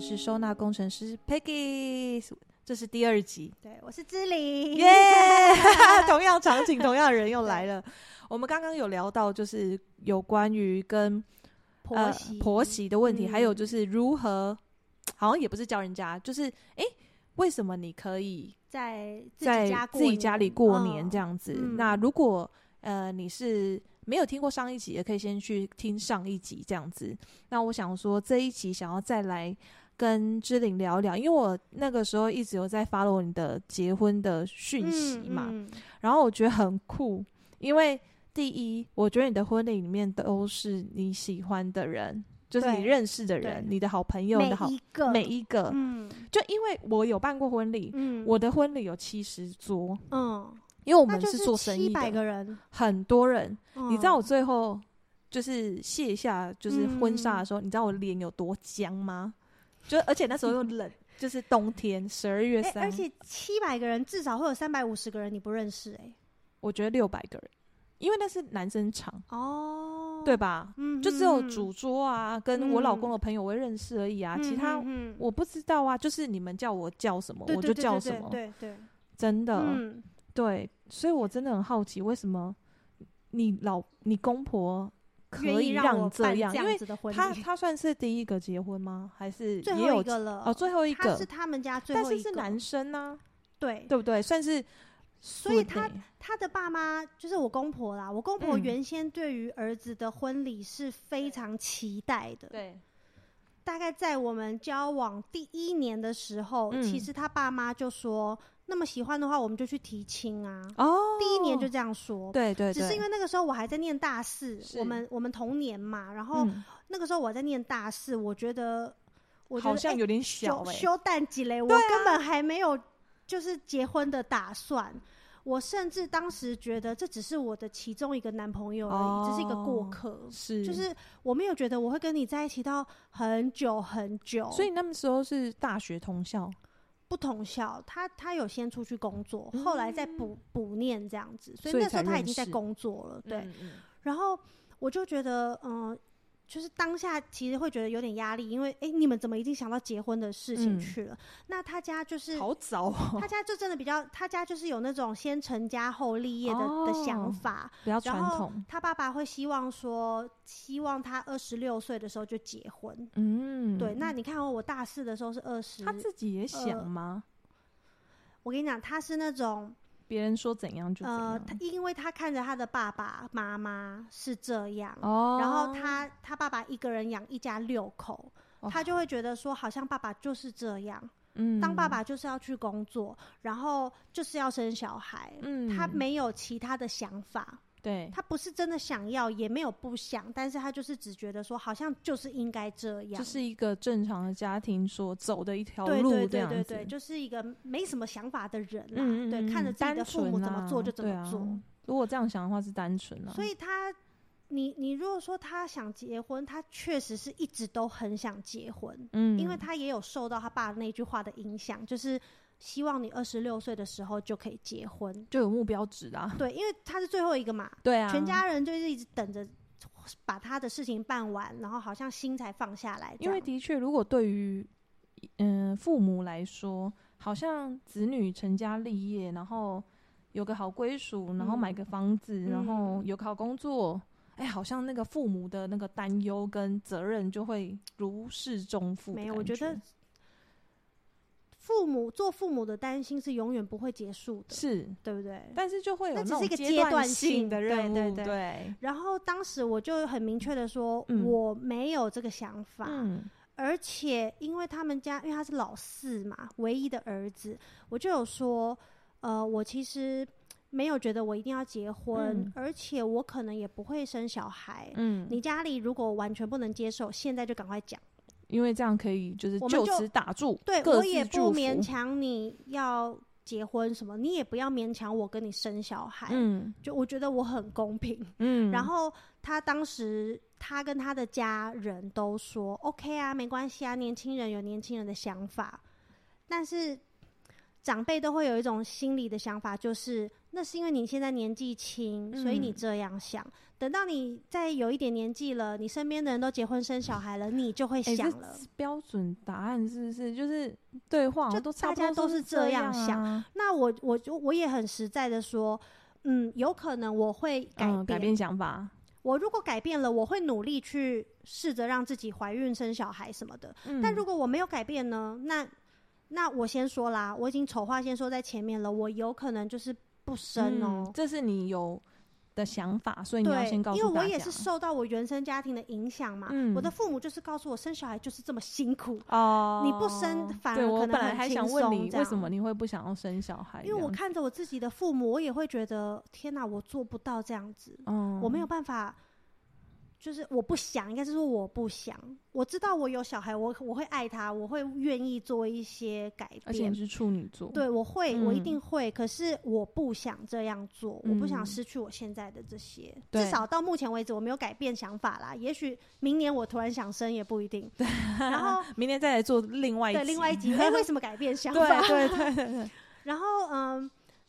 是收纳工程师 Peggy，这是第二 集，对，我是知玲。耶、 同样场 景，同样的人又来了。我们刚刚有聊到，就是有关于跟婆媳、呃、婆媳的问题，嗯还有就是如何，好像也不是教人家，就是诶，为什么你可以在自在己家自己家里过年这样，样子？嗯那如果呃你是没有听过上一集，也可以先去听上一集这样子。那我想说这一集想要再来跟知玲聊聊，因为我那个时候一直有在 follow 你的结婚的讯息嘛，嗯嗯然后我觉得很酷，因为第一，我觉得你的婚礼里面都是你喜欢的人，就是你对认识的人，对你的好朋友，你的好每一个每一个。嗯就因为我有办过婚礼，嗯我的婚礼有七十桌，嗯，因为我那们就是做生七意百的，个人，很多人。你知道嗯我最后就是卸下就是婚纱的时候，嗯你知道我脸有多僵吗？就而且那时候又冷，就是冬天，十二月哎三、而且七百个人至少会有三百五十个人你不认识哎、我觉得六百个人，因为那是男生场，哦，对，吧？嗯就只有嗯主桌啊，跟我老公的朋友我会认识而已啊，嗯其他嗯嗯我不知道啊。就是你们叫我叫什么，对我对就对叫对什对么，呃对对，真的、嗯，对。所以我真的很好奇，为什么你老你公婆可愿以意你我这办样？这因为子的婚他礼，他算是第一个结婚吗？还是最也有后一个了哦，最后一他个是，他们家最但后一是个，是男生呢、对对不对？算是所以孙他欸他的爸妈就是我公婆啦，我公婆嗯原先对于儿子的婚礼是非常期待的。对大概在我们交往第一年的时候，嗯其实他爸妈就说，那么喜欢的话，我们就去提亲啊。哦，第一年就这样说。对对对，只是因为那个时候我还在念大四，是我们我们同年嘛，然后嗯那个时候我在念大四，我觉得我觉得好像哎有点小修哎、修蛋积累，我根本还没有就是结婚的打算。我甚至当时觉得这只是我的其中一个男朋友而已，哦只是一个过客，是就是我没有觉得我会跟你在一起到很久很久。所以那时候是大学同校，不同校，他他有先出去工作，后来再补补念这样子，所嗯以所以那时候才他已认经在识工作了，对。嗯，嗯然后我就觉得，嗯、就是当下其实会觉得有点压力，因为哎、诶你们怎么已经想到结婚的事情嗯去了？那他家就是好早哦，他家就真的比较，他家就是有那种先成家后立业的、的哦想法。比较然传后统，他爸爸会希望说，希望他二十六岁的时候就结婚。嗯，对，那你看、哦、我大四的时候是二十他，自己也呃想吗？我跟你讲，他是那种别人说怎样就怎呃，样，他因为他看着他的爸爸妈妈是这样，哦，然后他他爸爸一个人养一家六口，哇他就会觉得说，好像爸爸就是这样，哦嗯当爸，爸就是要去工作，然后就是要生小孩，嗯，他没有其他的想法，对，他不是真的想要，也没有不想，但是他就是只觉得说，好像就是应该这样，这是一个正常的家庭所走的一条对路对这对样对子对，，就是一个没什么想法的人啦，嗯嗯对，看着嗯自己的单父母纯怎么啊做就怎对么做，啊如果这样想的话是单纯啊，所以他。你你如果说他想结婚，他确实是一直都很想结婚，嗯，因为他也有受到他爸那句话的影响，就是希望你二十六岁的时候就可以结婚。就有目标值的 啊，对，因为他是最后一个嘛，对啊，全家人就是一直等着把他的事情办完，然后好像心才放下来因这样。为的确，如果对于嗯、父母来说，好像子女成家立业，然后有个好归属，然后买嗯个房子，然后嗯有个好工作，哎、好像那个父母的那个担忧跟责任就会如释重负的感。没有，我觉得父母做父母的担心是永远不会结束的，是，对不对？但是就会有那只种是一个阶段段性性的对任务，对对对然后当时我就很明确的说，嗯我没有这个想法。哎嗯，而且因为他们家，因为他是老四嘛，唯一的儿子，我就有说，呃，我其实没有觉得我一定要结婚，嗯而且我可能也不会生小孩。嗯，你家里如果完全不能接受，现在就赶快讲。因为这样可以就是我们就就此打住，对各我自也祝不福勉强你要结婚什么，你也不要勉强我跟你生小孩。嗯就我觉得我很公平。嗯，然后他当时他跟他的家人都说 OK 啊，没关系啊，年轻人有年轻人的想法，但是长辈都会有一种心理的想法，就是那是因为你现在年纪轻，所以你嗯这样想。等到你再有一点年纪了，你身边的人都结婚生小孩了，你就会哎想这了。标准答案是不是就是对话就都差大不家多都是是这这啊样想，那我我就我也很实在的说，嗯，有可能我会改变。嗯，改变想法，我如果改变了，我会努力去试着让自己怀孕生小孩什么的。但如果果我没有改变呢？那那我先说啦，我已经丑话先说在前面了，我有可能就是不生哦。这是你有的想法，嗯所以你要对，先告诉因为大我家也是受到我原生家庭的影响嘛，嗯我的父母就是告诉我生小孩就是这么辛苦，哦，你不生反对而我可本能来很还轻想问松你这为什样么你会不想要生小孩这因样，为我看着我自己的父母，我也会觉得天哪，我做不到这样子，嗯，我没有办法。就是我不想，应该是说我不想。我知道我有小孩，我我会爱他，我会愿意做一些改变。而且你是处女座，对，我会，我一嗯定会。可是我不想这样做，我不想嗯失去我现在的这些。对至少到目前为止，我没有改变想法啦。也许明年我突然想生也不一定。对， 然后明天再来做另外一对集另外一集， 哎、为什么改变想对法？ 对对对对，然后嗯。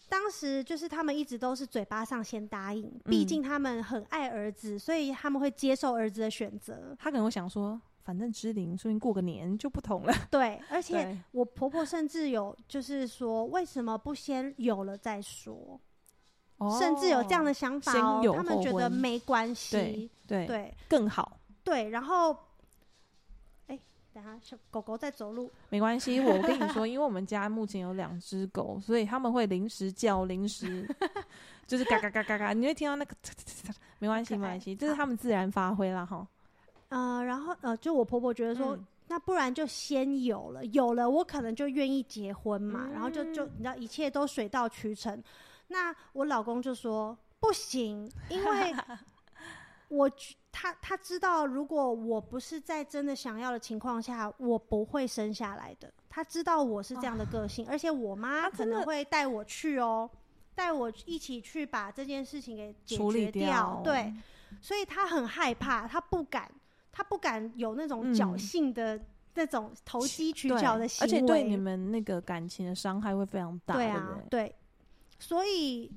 当时就是他们一直都是嘴巴上先答应，毕嗯竟他们很爱儿子，所以他们会接受儿子的选择。他可能会想说，反正知龄，说不定过个年就不同了。对，而且 对，我婆婆甚至有就是说，为什么不先有了再说？甚至有这样的哦想法、先哦，有他们后觉得婚没关系，对对更好，对，然后，哎、等下小狗狗在走路，没关系。我跟你 说，因为我们家目前有两只狗，所以他们会临时叫，临 时就是嘎嘎嘎嘎嘎，你会听到那个，没关系，很可没爱关系，这是好他们自然发挥啦。哈。呃，然后呃，就我婆婆觉得说。嗯那不然就先有了，有了我可能就愿意结婚嘛，然后就就嗯你知道一切都水到渠成。那我老公就说不行，因为我觉他他知道，如果我不是在真的想要的情况下，我不会生下来的。他知道我是这样的个性，而且我妈他可哦啊真的能会带我去哦，带我一起去把这件事情给解处理决掉掉对，所以他很害怕，他不敢，他不敢有那种侥嗯幸的、那种投机取对巧的行而为，且对你们那个感情的伤害会非常大，对对啊不，对？对，所以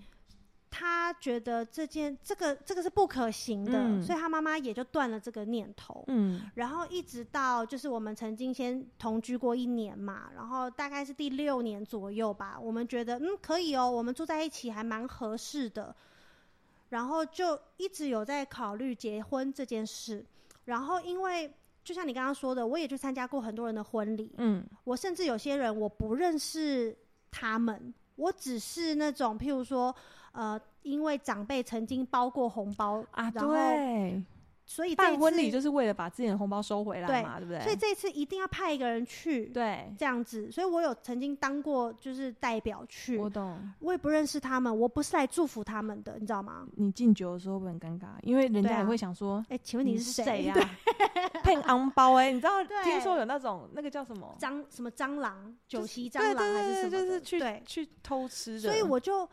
他觉得这件这个这个是不可行的，嗯所以他妈妈也就断了这个念头。嗯，然后一直到就是我们曾经先同居过一年嘛，然后大概是第六年左右吧，我们觉得嗯可以哦，我们住在一起还蛮合适的，然后就一直有在考虑结婚这件事。然后因为就像你刚刚说的，我也去参加过很多人的婚礼，嗯，我甚至有些人我不认识他们，我只是那种譬如说呃，因为长辈曾经包过红包啊，然后对，所以这办婚礼次就是为了把自己的红包收回来对嘛，对不对？所以这次一定要派一个人去，对，这样子。所以我有曾经当过就是代表去，我我懂。也不认识他们，我不是来祝福他们的，你知道吗？你敬酒的时候会很尴尬，因为人对家也啊会想说，哎、请问你是谁呀对？ 骗昂包哎，你知道对听说有那种那个叫什么蟑什么蟑螂、就酒是席蟑对螂对还是什对么就的？是去对，去偷吃的，所以我就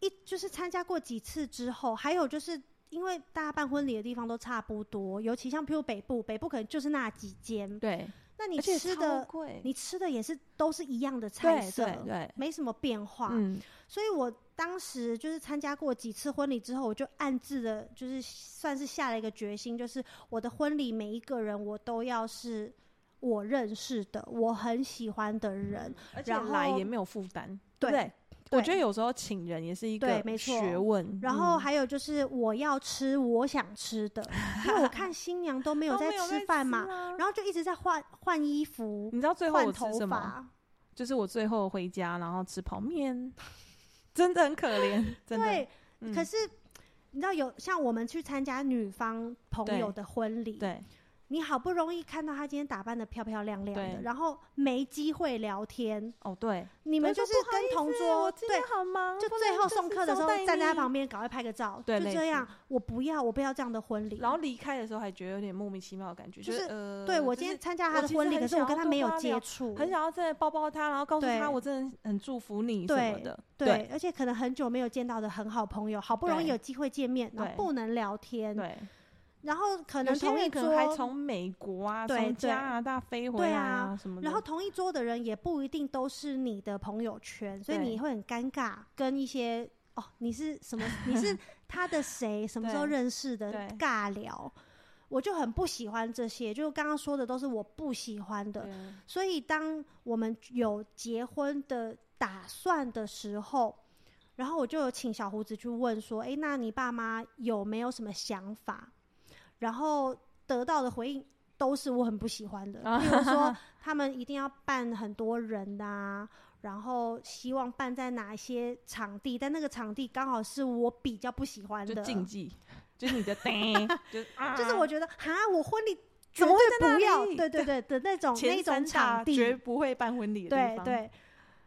一就是参加过几次之后，还有就是。因为大家办婚礼的地方都差不多，尤其像譬如北部，北部可能就是那几间，对，那你而且吃超的贵，你吃的也是都是一样的菜对色，对对，没什么变化。嗯，所以我当时就是参加过几次婚礼之后，我就暗自的，就是算是下了一个决心，就是我的婚礼每一个人我都要是我认识的，我很喜欢的人。而且然来后也没有负担，对不嗯对？我对觉得有时候请人也是一对个没错学问，然后嗯还有就是我要吃我想吃的，因为我看新娘都没有 都在没有吃饭嘛，啊然后就一直在换换衣服、你知道最后换我吃头什么？发，就是我最后回家，然后吃泡面，真的很可怜，真的。对。嗯可是你知道有像我们去参加女方朋友对的婚礼，对你好不容易看到她今天打扮的漂漂亮亮的，对然后没机会聊天，哦对，你们那就是就不好跟意同思桌我今天对，好忙，就不最能后就送是客的时招候待站在你旁边赶快拍个照，对就类这似样，我不要，我不要这样的婚礼。然后离开的时候还觉得有点莫名其妙的感觉，就觉是得呃，对我就今天是参加我她的其实婚礼，很可是我想要跟她多没有跟她接聊触，很想要真的抱抱他，然后告诉对他我真的很祝福你什么对的，对，而且可能很久没有见到的很好朋友，好不容易对有机会见面，然后对不能聊天，对，然后可有能些同一人可能还桌，从美国啊，对从对加拿大飞回对来啊什么的，然后同一桌的人也不一定都是你的朋友圈，所以对你会很尴尬，跟一些哦，你是什 么？你是他的谁？什么时候对认识的对？尬聊，我就很不喜欢这些。就刚刚说的都是我不喜欢的，对啊所以当我们有结婚的打算的时候，然后我就有请小胡子去问说：“诶，那你爸妈有没有什么想法？”然后得到的回应都是我很不喜欢的， 啊比如说他们一定要办很多人啊，然后希望办在哪一些场地，但那个场地刚好是我比较不喜欢的，就禁忌，就是你的 就是啊，就是我觉得哈，我婚礼怎么会绝在对那不要？里对对对的那种前哦那种三大场地，绝不会办婚礼的地对方，对，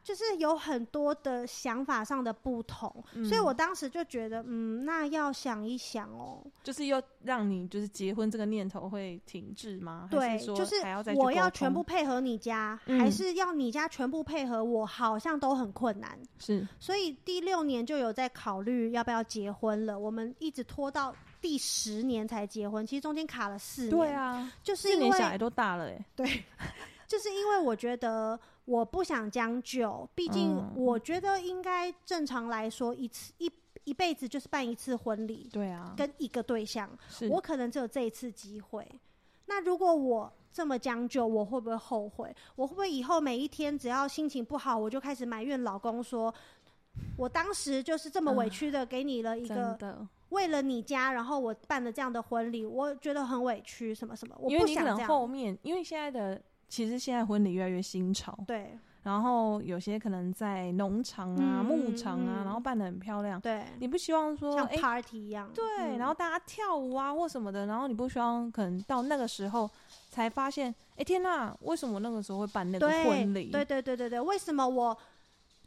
就是有很多的想法上的不同，嗯所以我当时就觉得，嗯，那要想一想哦，就是又让你就是结婚这个念头会停滞吗？还对，是说就是还要再去我沟要全通部配合你家，嗯还是要你家全部配合我，好像都很困难。是所以第六年就有在考虑要不要结婚了，我们一直拖到第十年才结婚，其实中间卡了四年，对，啊，就是四因年小为孩都大了哎，就是因为我觉得我不想将就，毕竟嗯我觉得应该正常来说一次一一辈子就是办一次婚礼，对啊，跟一个对象，是我可能只有这一次机会。那如果我这么将就，我会不会后悔？我会不会以后每一天只要心情不好，我就开始埋怨老公说，我当时就是这么委屈的给你了一嗯真个，的，为了你家，然后我办了这样的婚礼，我觉得很委屈，什么什么，我因为不你可想这能后样。面，因为现在的其实现在婚礼越来越新潮，对然后有些可能在农场啊、嗯牧嗯场啊，嗯然后办的很漂亮，对，你不希望说像哎、 party 一样。对，嗯然后大家跳舞啊或什么的，然后你不希望可能到那个时候才发现，哎、天呐，为什么我那个时候会办那个对婚礼？对对对对对，为什么我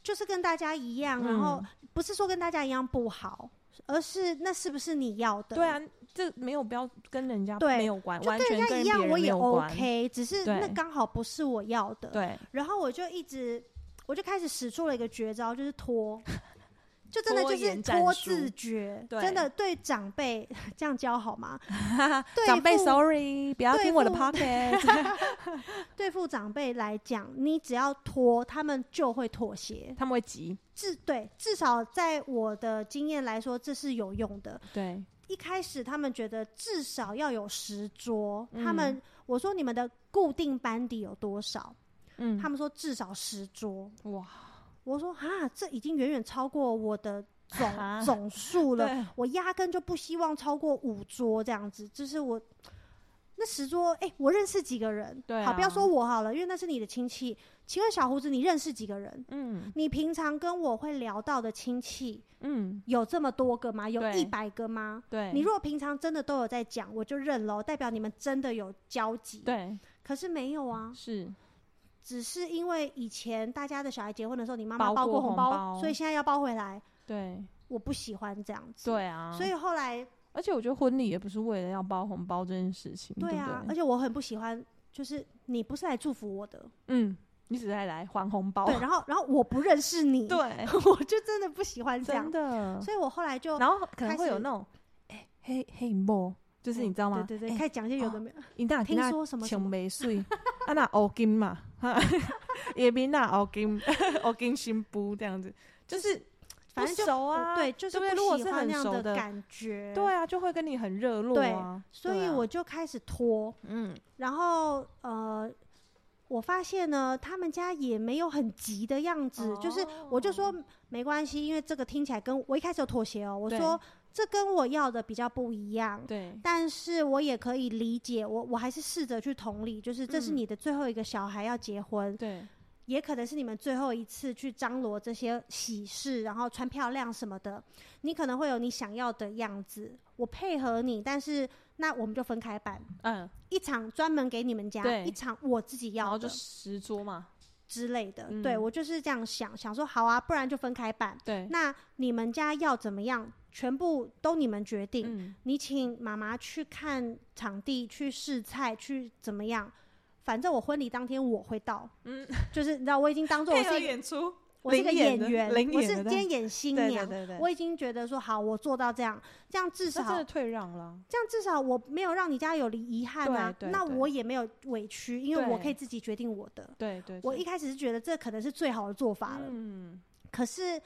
就是跟大家一样，然后嗯不是说跟大家一样不好，而是那是不是你要的？对啊，这没有标跟人家对没有关，就完跟全人家跟一别样，人我没也有关。 OK，只是那对刚好不是我要的。对，然后我就一直，我就开始使出了一个绝招，就是 拖。就真的拖就是延战拖术自觉，对真的对长辈这样教 好吗？对长辈付，sorry，不要对听我的付 podcast，对付长辈来讲，你只要拖，他们就会妥协。他们会急。至对，至少在我的经验来说，这是有用的。对，一开始他们觉得至少要有十桌，嗯他们我说你们的固定班底有多少？嗯， 他们说至少十桌。哇，我说啊，这已经远远超过我的啊 总总数了，对，我压根就不希望超过五桌这样子，就是我。那十桌，哎、我认识几个人？对啊好，不要说我好了，因为那是你的亲戚。请问小胡子，你认识几个人？嗯你平常跟我会聊到的亲戚嗯，有这么多个吗？有对一百个吗？对，你如果平常真的都有在讲，我就认喽，代表你们真的有交集。，对可是没有啊，是只是因为以前大家的小孩结婚的时候，你妈妈包包过过红红包所以现在要包回来，对我不喜欢这样子。对啊，所以后来，而且我觉得婚礼也不是为了要包红包这件事情，对对啊，不嗯对？而且我很不喜欢，就是你不是来祝福我的，嗯，你只是来还红包，对，然后然后我不认识你，哦对， 我就真的不喜欢这真样，的。所以我后来就然后可能开会有始嗯那种，哎，嘿嘿莫，就是你知道吗？对对对，哎开始讲一些有的没有，你那听说什么什穿么，袂水，啊那乌金嘛， 也比那乌 金乌金新妇这样子，就是反正不就熟啊，对，就是对不对如果不喜是欢很那样熟的感觉，对啊，就会跟你很热络啊，所对以啊我就开始拖，嗯然后呃，我发现呢，他们家也没有很急的样子，就是哦我就说没关系，因为这个听起来跟我一开始有妥协哦，我对说这跟我要的比较不一样。对但是我也可以理解，我我还是试着去同理，就是这是嗯你的最后一个小孩要结婚，对也可能是你们最后一次去张罗这些喜事，然后穿漂亮什么的，你可能会有你想要的样子，我配合你，但是那我们就分开办，嗯，一场专门给你们家，对一场我自己然要后的就十桌嘛，之类的。嗯对我就是这样想，想说好啊，不然就分开办。对，嗯那你们家要怎么样，全部都你们决定。嗯你请妈妈去看场地，去试菜，去怎么样？反正我婚礼当天我会到，嗯，就是你知道我已经当做我配是合一个演出，我是个零演的员，零我演是的今天演新对对娘，对对，我已经觉得说好，我做到这样，这样至那少真的退让了，这样至少我没有让你家有遗憾啊，对对那对我也没有委屈，因为对我可以自己决定我的。对对，我对一开始是觉得这可能是最好的做法了，嗯，可是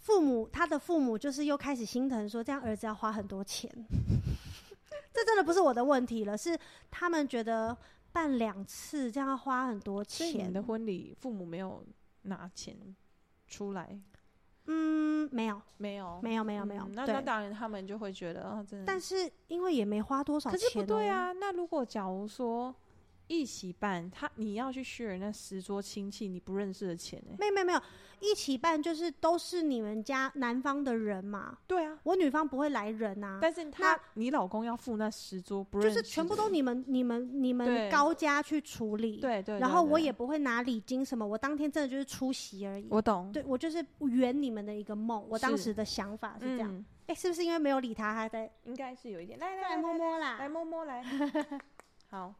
父母他的父母就是又开始心疼说，这样儿子要花很多钱， 这真的不是我的问题了，是他们觉得办两次这样要花很多所以你钱们的。婚礼父母没有拿钱出来，嗯，没有，没有，没有，没有，没有。嗯那那对，当然他们就会觉得啊，真的，但是因为也没花多少可钱、哦是不对，啊，那如果假如说一起办，他你要去 share 那十桌亲戚你不认识的钱哎、没有，没有，没有，一起办就是都是你们家男方的人嘛，对啊，我女方不会来人啊，但是他你老公要付那十桌不就认识是的，全部都你们、你们、你们对高家去处理。对对对然后我对也不会拿礼金什么，我当天真的就是出席而已。我懂，对我就是圆你们的一个梦，我当是时的想法是这样。嗯，哎、是不是因为没有理他，还在应该是有一点，来来再来摸摸来啦？摸摸来， 好，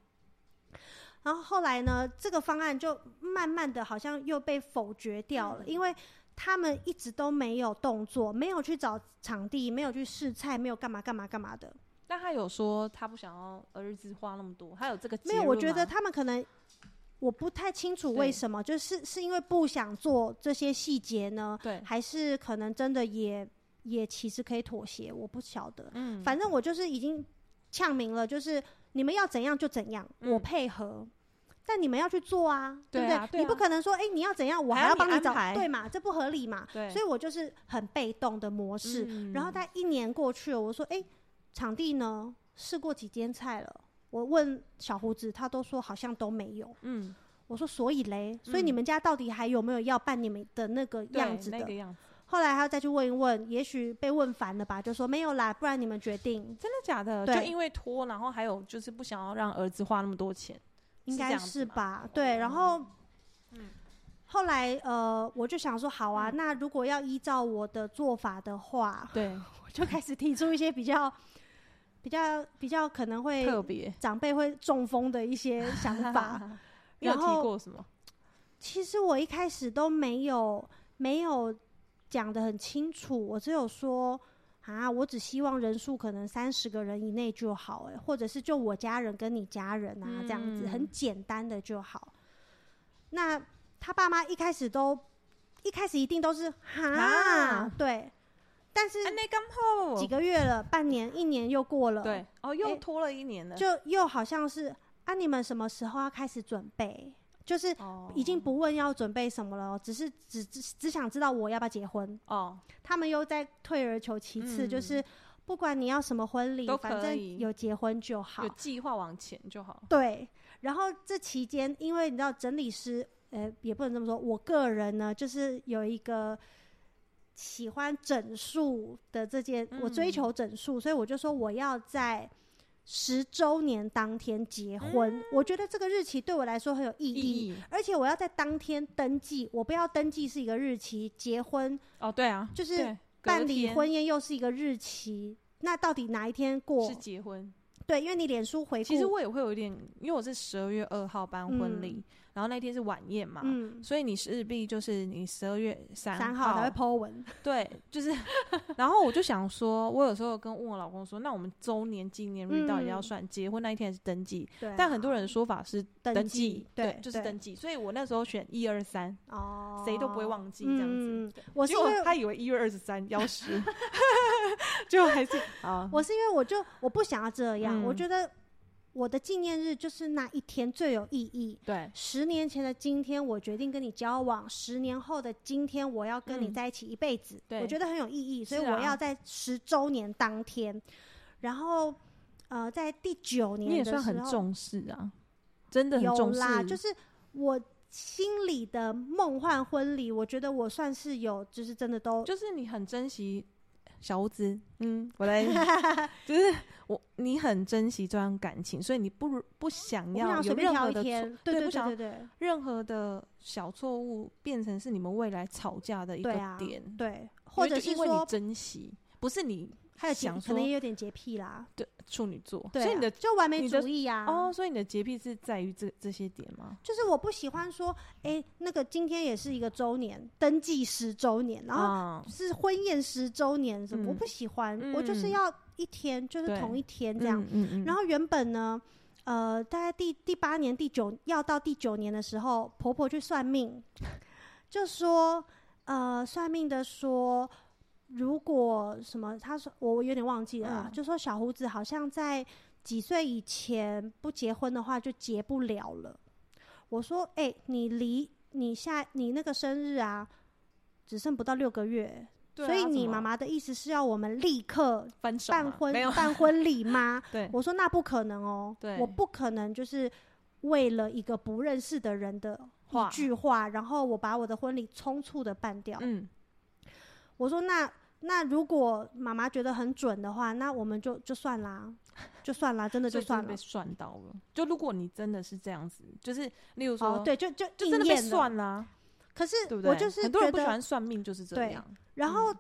然后后来呢，这个方案就慢慢的好像又被否决掉了，嗯因为他们一直都没有动作，没有去找场地，没有去试菜，没有干嘛干嘛干嘛的。那他有说他不想要儿子花那么多，他有这个没结有，我论觉得吗他们可能我不太清楚对为什么，就是是因为不想做这些细节呢，对，还是可能真的也也其实可以妥协，我不晓得。嗯，反正我就是已经呛明了，就是你们要怎样就怎样，我嗯配合。但你们要去做啊，对不对？啊对你不啊可能说，哎、你要怎样，我还要还要你帮你安找，排对嘛？这不合理嘛。对，所以我就是很被动的模式。嗯然后大概一年过去了，我说：“哎、场地呢？试过几间菜了？”我问小胡子，他都说好像都没有。嗯，我说：“所以嘞，所以你嗯们家到底还有没有要办你们的那个对样子的？”那个样子，后来还要再去问一问，也许被问烦了吧，就说没有啦，不然你们决定，真的假的？对就因为拖，然后还有就是不想要让儿子花那么多钱，应是这该样子是吗哦吧？对，然后，嗯后来呃，我就想说，好啊，嗯那如果要依照我的做法的话，对，我就开始提出一些比较、比较、比较可能会特别。长辈会中风的一些想 法。你有然提后过什么？其实我一开始都没有没有讲的很清楚，我只有说啊，我只希望人数可能三十个人以内就好、欸，或者是就我家人跟你家人啊、这样子，嗯很简单的就好。那他爸妈一开始都一开始一定都是哈啊，对，但是安内啊刚后几个月了，半年、一年又过了，对，哦，哎又拖了一年了，就又好像是啊，你们什么时候要开始准备？就是哦已经不问要准备什么了哦，只是只只只想知道我要不要结婚。哦，他们又在退而求其次，嗯就是不管你要什么婚礼都，可以反正有结婚就好有。计划往前就好。对，然后这期间，因为你知道整理师，呃，也不能这么说，我个人呢，就是有一个。喜欢整数的这件，我追嗯求整数，所以我就说我要在十周年当天结婚。我觉得这个日期对我来说很有意义，嗯意义而且我要在当天登记，我不要登记是一个日期，结婚哦，对啊，就是对隔办理天婚宴又是一个日期。那到底哪一天过是？结婚。对，因为你脸书回顾，其实我也会有一点，因为我是十二月二号办婚礼，然后那天是晚宴嘛，嗯，所以你势必就是你十二月三三号才会 Po 文，对，就是，然后我就想说，我有时候跟问我老公说，那我们周年纪念日到底要嗯算结婚那一天还是登记？对啊，但很多人的说法是登登记对就是对登记。所以我那时候选一二三，哦，谁都不会忘记这样子。嗯。我是结因果为他以为一月二十三要 十，就还是啊，我是因为我就我不想要这样，嗯我觉得我的纪念日就是那一天最有意义。对，十年前的今天，我决定跟你交往；十年后的今天，我要跟你嗯在一起一辈子。对我觉得很有意义，所以是我啊要在十周年当天，然后呃，在第九你年也的算时候，很重视啊，真的很有重视，啦，就是我心里的梦幻婚礼，我觉得我算是有，就是真的都就是你很珍惜小屋子，嗯，我来， 就是我你很珍惜这段感情，所以你不不想我不要想有随便任挑何一的天错，，对不对想对要对任何的小错误变成是你们未来吵架的一对个啊点，对，或因为者就是因为你说珍惜，不是你还有洁想可说能也有点洁癖啦，对处女座，对啊、所以你的就完美你的主义啊呀、哦，所以你的洁癖是在于这这些点吗？就是我不喜欢说，哎、那个今天也是一个周年，登记十周年，然后啊，是婚宴十周年什么，嗯我不喜欢，嗯我就是要一天，就是对同一天这样。嗯嗯嗯然后原本呢，呃，大概第第八年、第九要到第九年的时候，婆婆去算命， 就说，呃，算命的说，如果什么，她说我我有点忘记了啊、嗯就说小胡子好像在几岁以前不结婚的话就结不了了。我说，哎、你离你下你那个生日啊，只剩不到六个月，对啊所以你怎么妈妈的意思是要我们立刻分手办吗婚没有？办婚礼吗？对我说那不可能哦，对我不可能就是为了一个不认识的人的话一句话，然后我把我的婚礼匆促的办掉。嗯，我说那那如果妈妈觉得很准的话，那我们就就算啦，就算啦，真的所就以真算的被。了算到了。就如果你真的是这样子，就是例如说，哦，，对，就就就真的应被验了算啦，可是对不对？我就是很多人觉不喜得，欢嗯算命，就是这对样。然后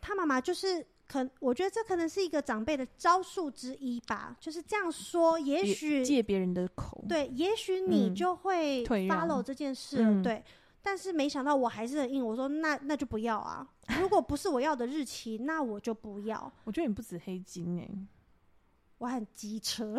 他妈妈就是。可我觉得这可能是一个长辈的招数之一吧，就是这样说，也也许借别人的口，对，也许你嗯就会退让 follow 这件事了，嗯对。但是没想到我还是很硬，我说那那就不要啊！如果不是我要的日期，那我就不要。我觉得你不止黑金哎、 我很机车，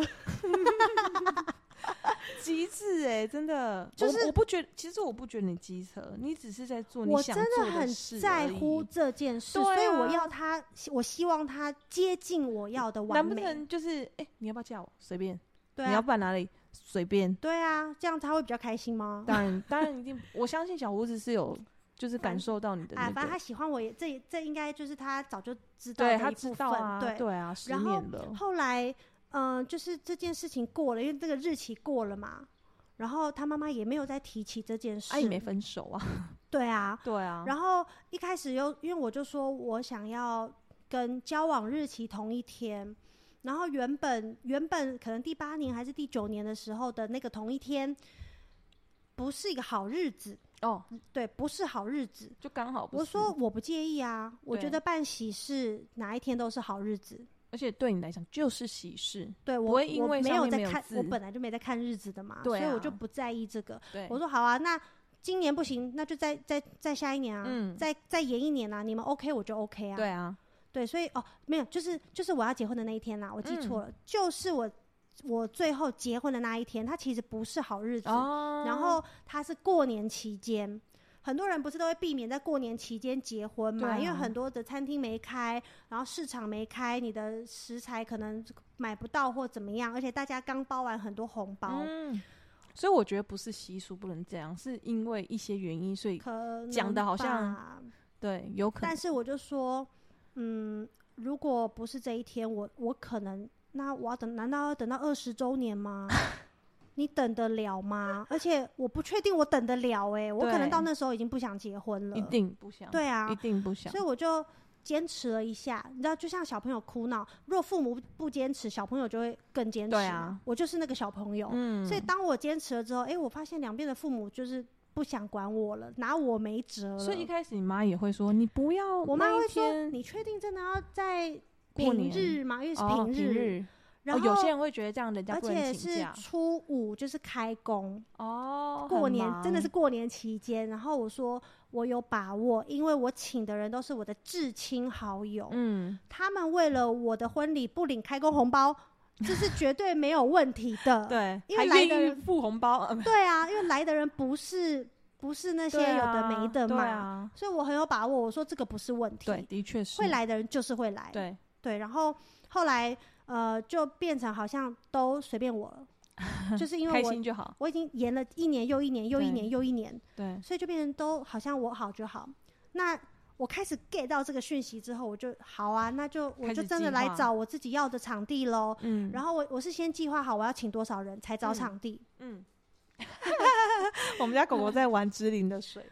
机智哎、真的，就我是我不觉得，其实我不觉得你机车，你只是在哦 做你我想真做很事在而已乎。这件事，对所以我啊要他，我希望他接近我要的完难不美。成就是哎、你要不要嫁我？随便，对你要啊，办哪里？随 便。对啊，这样他会比较开心吗？啊当然，当然一定，我相信小胡子是有，就是感反受到你的那哎，反正个，他喜欢我也，这这应该就是他早就知道的对一他部知分。道啊，对，对啊，十然后年了，后来，嗯、就是这件事情过了，因为这个日期过了嘛，然后他妈妈也没有再提起这件事。啊也没分手啊，对啊，对啊，然后一开始又因为我就说我想要跟交往日期同一天，然后原本原本可能第八年还是第九年的时候的那个同一天，不是一个好日子，哦，对，不是好日子。就刚好不我是说，我不介意啊，我觉对得办喜事哪一天都是好日子。而且对你来讲就是喜事，对我不会因我为没上有面在没有看，我字本来就没在看日子的嘛，所对以我啊就不在意这个。对，我说好啊，那今年不行，那就再再再下一年啊，嗯再再延一年啊，你们 OK 我就 OK 啊。对啊，对所以哦，没有，就是就是我要结婚的那一天啦，我记嗯错了，就是我我最后结婚的那一天，它其实不是好日子，哦，然后它是过年期间。很多人不是都会避免在过年期间结婚嘛，对啊因为很多的餐厅没开，然后市场没开，你的食材可能买不到或怎么样，而且大家刚包完很多红包，嗯，所以我觉得不是习俗不能这样，是因为一些原因，所以可能讲得好像吧对有可能但是我就说，嗯，如果不是这一天，我我可能那我要等，难道要等到二十周 年吗？你等得了吗？而且我不确定我等得了哎、我可能对到那时候已经不想结婚了，一定不想，对啊一，定不想所以，我就坚持了一下。你知道，就像小朋友哭闹，如果父母不坚持，小朋友就会更坚持。对啊，我就是那个小朋友，嗯，所以当我坚持了之后，哎、我发现两边的父母就是不想管我了，拿我没辙了。所以一开始你妈也会说你不要，我妈会说：“天你确定真的要在过平年日吗？因为是哦平日，日，然哦后、有些人会觉得这样人家而不能且请是假初五就是开工，哦，过很年忙真的是过年期间。然后我说我有把握，因为我请的人都是我的至亲好友，嗯，他们为了我的婚礼不领开工 红包，这是绝对没有问题的。对，因还为来愿的意人付红包，呃对啊，因为来的人不是不是那些对有的啊没的对嘛，啊所以我很有把握。我说这个不是问题，对，的确是会，来的人就是会来。对，对，然后后来呃就变成好像都随便 我了，就是因为开我心就好，我已经延了一年又一年又一对年又一年，对，所以就变成都好像我好就好。那我开始 get 到这个讯息之后，我就好啊，那就我开就始真的计来划找我自己要的场地喽。嗯，然后我我是先计划好我要请多少人才找嗯场地，嗯， 我们家狗狗在玩芝林的水，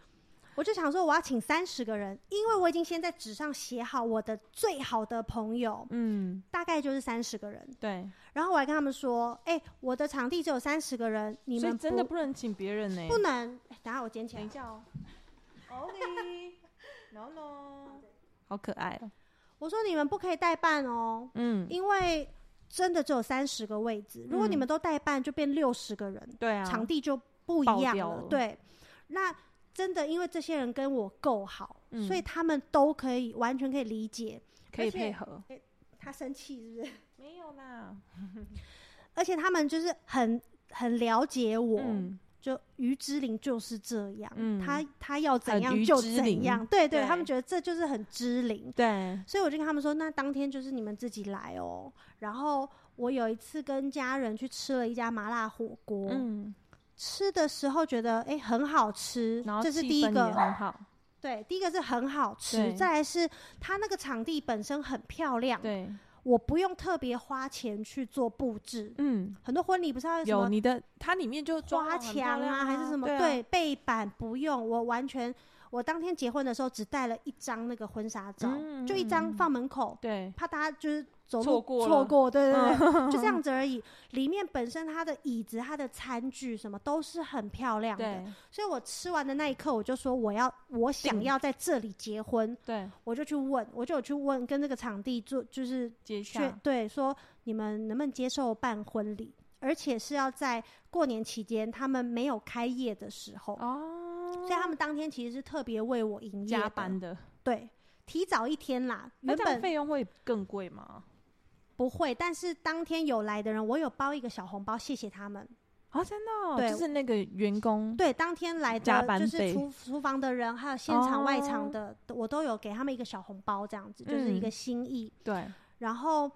我就想说我要请三十个人，因为我已经先在纸上写好我的最好的朋友， 嗯，大概就是三十个人。对，然后我还跟他们说：“哎、我的场地只有三十个人，你所以们真的不能请别人呢、不能。哎等下我捡起等一 来。下哦，奥利，no no，好可爱哦、我说你们不可以代办哦，嗯，因为真的只有三十个位置，如果你嗯们都代办，就变六十个人，对啊，场地就不一爆样掉了。了对，那真的因为这些人跟我够好，所以嗯他们都可以完全可以理解可而以且配合，他生气是不 是？没有啦，而且他们就是很很了解我，嗯，就于之琳就是这样，嗯他他要怎很样于就之怎琳样，对对，对他们觉得这就是很知灵。对，所以我就跟他们说，那当天就是你们自己来哦。然后我有一次跟家人去吃了一家麻辣火锅，嗯，吃的时候觉得哎、诶很好吃然后，这是气第一氛也个，很好，对，第一个是很好吃，对再来是它那个场地本身很漂亮，对，我不用特别花钱去做布置。嗯，很多婚礼不是要什有么你的，它里面就装花潢很漂墙亮啊，啊，还是什么？对啊，对，背板不用，我完全，我当天结婚的时候只带了一张那个婚纱照，嗯就一张嗯放门口，对，怕大家就是走路错过错了嗯过，对对对， 就这 样子而已。里面本身它的椅子、它的餐具什么都是很漂亮的，对，所以我吃完的那一刻，我就说我要，我想定要在这里结婚，对，我就去问，我就有去问跟那个场地做，就是接确洽，对说你们能不能接受办婚礼，而且是要在过年期间他们没有开业的时候，哦所以，他们当天其实是特别为我营业加的班，的，对，提早一天啦，那原这样本费用会更贵吗？不会，但是当天有来的人，我有包一个小红包，谢谢他们。啊，真的哦，对就是那个员工，对，当天来加的班就是费厨厨房的人，还有现哦场、嗯外场的，我都有给他们一个小红包，这样子就是一个心意。对，然后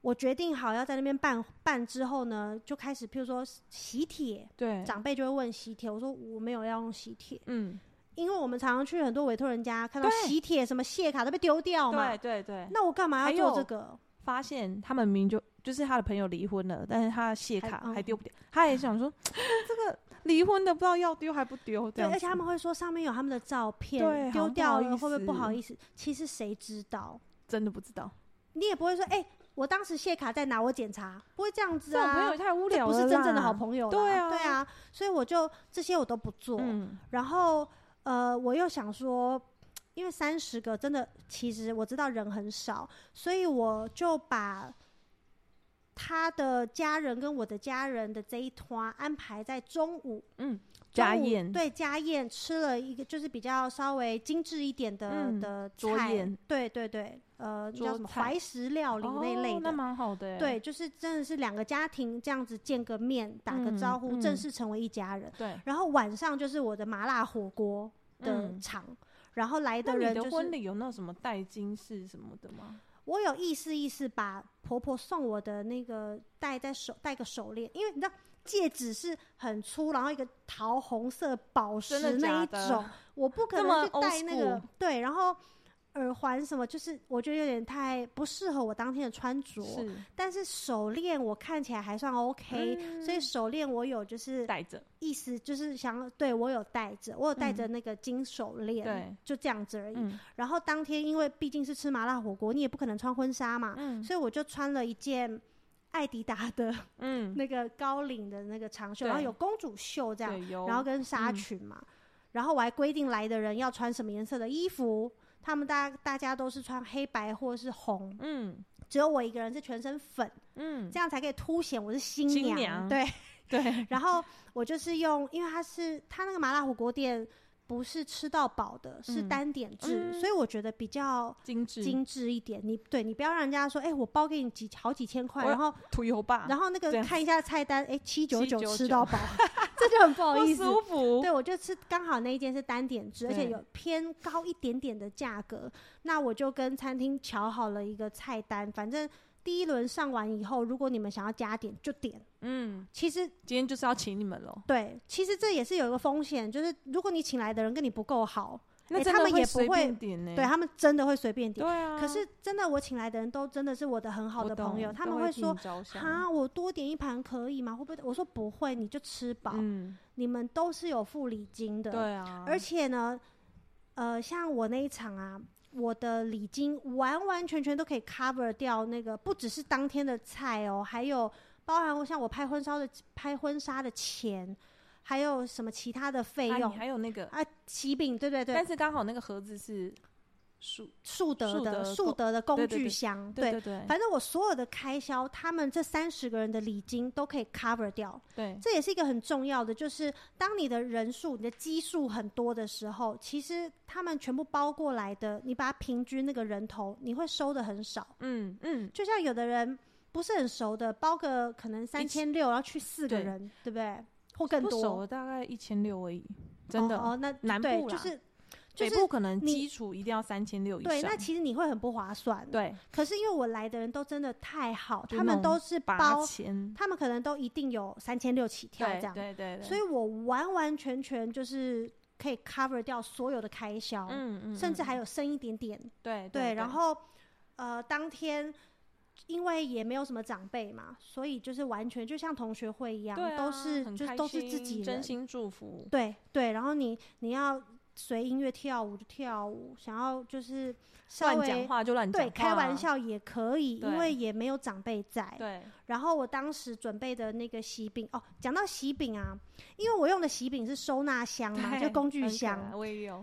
我决定好要在那边办办之后呢，就开始，譬如说喜帖，对，长辈就会问喜帖，我说我没有要用喜帖，嗯，因为我们常常去很多委托人家看到对喜帖什么谢卡都被丢掉哦嘛对，对对，那我干嘛还要做有这个？发现他们明明就就是他的朋友离婚了，但是他的谢还卡嗯还丢不掉，他也想 说这个离婚的不知道要丢还不丢，这对，样而且他子们会说上面有他们的照片，对丢好不掉好了意会不会不好思意思？其实谁知道？真的不知道，你也不会说，哎、我当时谢卡在哪？我检查，不会这样子这种朋啊友。也太无这聊不了，是真正的好朋友啦，对啊，啊对啊，所以我就这些我都不做。嗯，然后呃，我又想说，因为三十个真的，其实我知道人很少，所以我就把他的家人跟我的家人的这一团安排在中午。嗯，中家午宴对家宴吃了一个就是比较稍微精致一点的、嗯的桌菜宴，对对对，呃，叫桌什么菜怀石料理那类哦、那的。蛮好的欸，对，就是真的是两个家庭这样子见个面，打个嗯招呼，嗯正式成为一家人。对然后晚上就是我的麻辣火锅的嗯场，然后那来的你人的就婚是礼有那种什么戴金饰什么的吗？我有意思意思把婆婆送我的那个戴在手戴个手链，因为你知道戒指是很粗，然后一个桃红色宝石真的假那一的种，我不可这能么去戴 old 那个 school 对，然后耳环什么，就是我觉得有点太不适合我当天的穿着。是但是手链我看起来还算 OK，、所嗯以手链我有就是戴嗯着，意思就是想要对我有戴着，我有戴着那个金手嗯链，对就这样子而已。嗯然后当天因为毕竟是吃麻辣火锅，你也不可能穿婚纱嘛，嗯所以我就穿了一件艾迪达的嗯，那个高领的那个长袖，对然后有公主袖这样，对，有，然后跟纱嗯裙嘛。然后我还规定来的人要穿什么颜色的衣服，他们大大家都是穿黑白或是红，嗯只有我一个人是全身粉，嗯，这样才可以凸显我是新新娘。娘对，对， 然后我就是用，因为它是它那个麻辣火锅店不是吃到饱的，是嗯单点制，嗯所以我觉得比较精致精致一点。你对你不要让人家说，哎、我包给你几好几千块，我啊然后涂油吧，然后那这个样看一下菜单，哎、七九九799吃 到饱，这就很不好不意思。舒服，对，我就吃刚好那一间是单点制，而且对有偏高一点点的价格。那我就跟餐厅瞧好了一个菜单，反正第一轮上完以后，如果你们想要加点就点。嗯，其实今天就是要请你们喽。对，其实这也是有一个风险，就是如果你请来的人跟你不够好，那诶真哎他的们也不随会便点呢、对他们真的会随便点。对啊。可是真的，我请来的人都真的是我的很好我的朋友，懂他都们会替说你着想啊，我多点一盘可以吗？会不会？我说不会，你就吃饱，嗯，你们都是有付礼金的。对啊，而且呢，呃，像我那一场啊，我的礼金完完全全都可以 cover 掉那个，不只是当天的菜哦，还有包含我像我拍婚纱的拍婚纱的钱，还有什么其他的费啊你用还有那个，啊，喜饼，对对对但，是刚好那个盒子是数，树德树的德树工德的工对对具对箱，对对对，反正我所有的开销，他们这三十个人的礼金都可以 cover 掉，对这也是一个很重要的，就是当你的人数、你的基数很多的时候，其实他们全部包过来的，你把它平均那个人头，你会收的很少。嗯嗯，就像有的人不是很熟的，包个可能三千六，然后去四个对人，对不对？或更不熟多，的大概一千六而已，真的。哦，哦那南对部就啦是就北是部可能你基础一定要三千六以对，那上，其实你会很不划算。对，可是因为我来的人都真的太好，就他们那种都是包八千，他们可能都一定有三千六起跳对这样，对对对，所以我完完全全就是可以 cover 掉所有的开销，嗯嗯，甚嗯至还有剩一点点。对对，然后呃，当天因为也没有什么长辈嘛，所以就是完全就像同学会一样，对啊都是很就是开都是自心己人真，心祝福，对对，然后你你要随音乐跳舞就跳舞，想要就是稍乱讲微。话就乱讲对，话，开玩，笑也可以，因对为也没有长辈在。对，然后我当时准备的那个喜饼哦，讲到喜饼啊，因为我用的喜饼是收纳箱嘛，对嗯就工具很可爱箱。我也有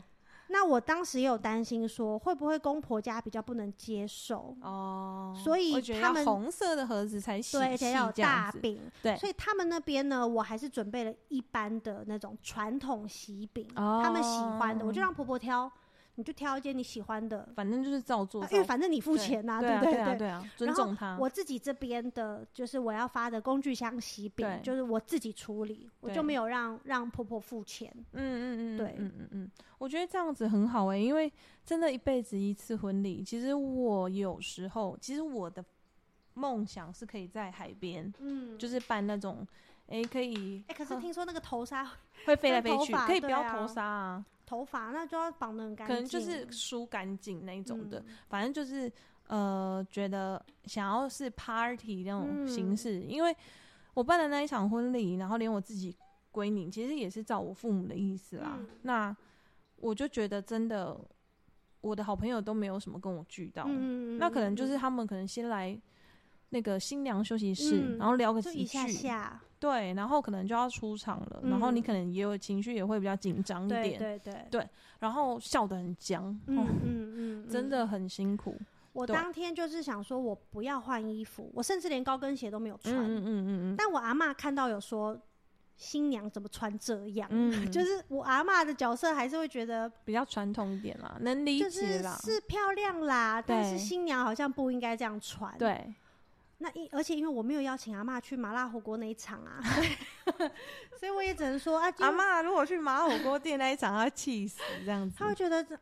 那我当时也有担心说，会不会公婆家比较不能接受？哦，所以我觉得他要们红色的盒子才喜对，而且气要有这样大子饼，对所以他们那边呢，我还是准备了一般的那种传统喜饼，哦他们喜欢的，我就让婆婆挑，你就挑一件你喜欢的，反正就是照做啊，照因为反正你付对钱呐、对啊不对啊对对啊，尊然后重他，我自己这边的，就是我要发的工具箱喜饼，对就是我自己处理，我对就没有让让婆婆付钱。嗯嗯嗯，对嗯嗯嗯，我觉得这样子很好哎、因为真的一辈子一次婚礼。其实我有时候，其实我的梦想是可以在海边，嗯，就是办那种，哎、可以，哎、可是呵听说那个头纱会飞跟来飞头去，发可以对不要啊头纱啊，头发那就要绑得很干可净，能就是梳干净那一种的，嗯反正就是呃，觉得想要是 party 那种嗯形式，因为我办的那一场婚礼，然后连我自己归宁，其实也是照我父母的意思啦。嗯那我就觉得真的，我的好朋友都没有什么跟我聚到，嗯那可能嗯就是他们可能先来。那个新娘休息室，嗯然后聊个就几一下句，下，对，然后可能就要出场了，然后你嗯可能也有情绪，也会比较紧张一对点，对对，然后笑得很僵，嗯哦嗯嗯，嗯真。的很辛苦。我对当天就是想说，我不要换衣服，我甚至连高跟鞋都没有穿。嗯嗯嗯嗯但我阿嬷看到有说，新娘怎么穿这样？嗯，就是是我阿嬷的角色还是会觉得比较传统一点啦，能理就是解啦。是漂亮啦，但是对新娘好像不应该这样穿。，对，那因而且因为我没有邀请阿嬷去麻辣火锅那一场 啊，所以所以我也只能说啊，因为妈如果去麻火锅店那一场，她气死这样她会觉得这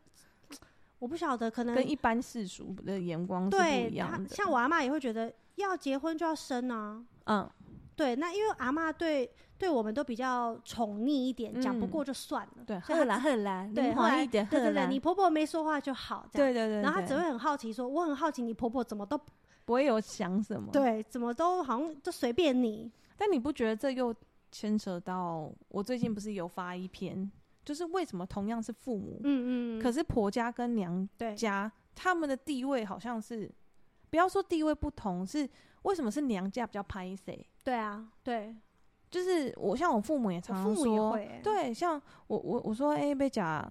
我不晓得，可能跟一般世俗的眼光是不对一她样的。像我阿嬷也会觉得要结婚就要生啊，嗯，对，那因为阿嬷对对我们都比较宠溺一点，讲不嗯过就算了，对，所以她喝啦喝啦，对灵后来活一点对喝对对，啦。你婆婆没说话就好，这样。对对对，然后她对只会很好奇说，我很好奇你婆婆怎么都不会有想什么。，对，怎么都好像都随便你，但你不觉得这又牵扯到我最近不是有发一篇，就是为什么同样是父母，嗯嗯，可是婆家跟娘对家他们的地位好像是，不要说地位不同，是为什么是娘家比较拍谁？对啊，对，就是我像我父母也我常常父母也说，会、欸，，对，像我我我说哎、被讲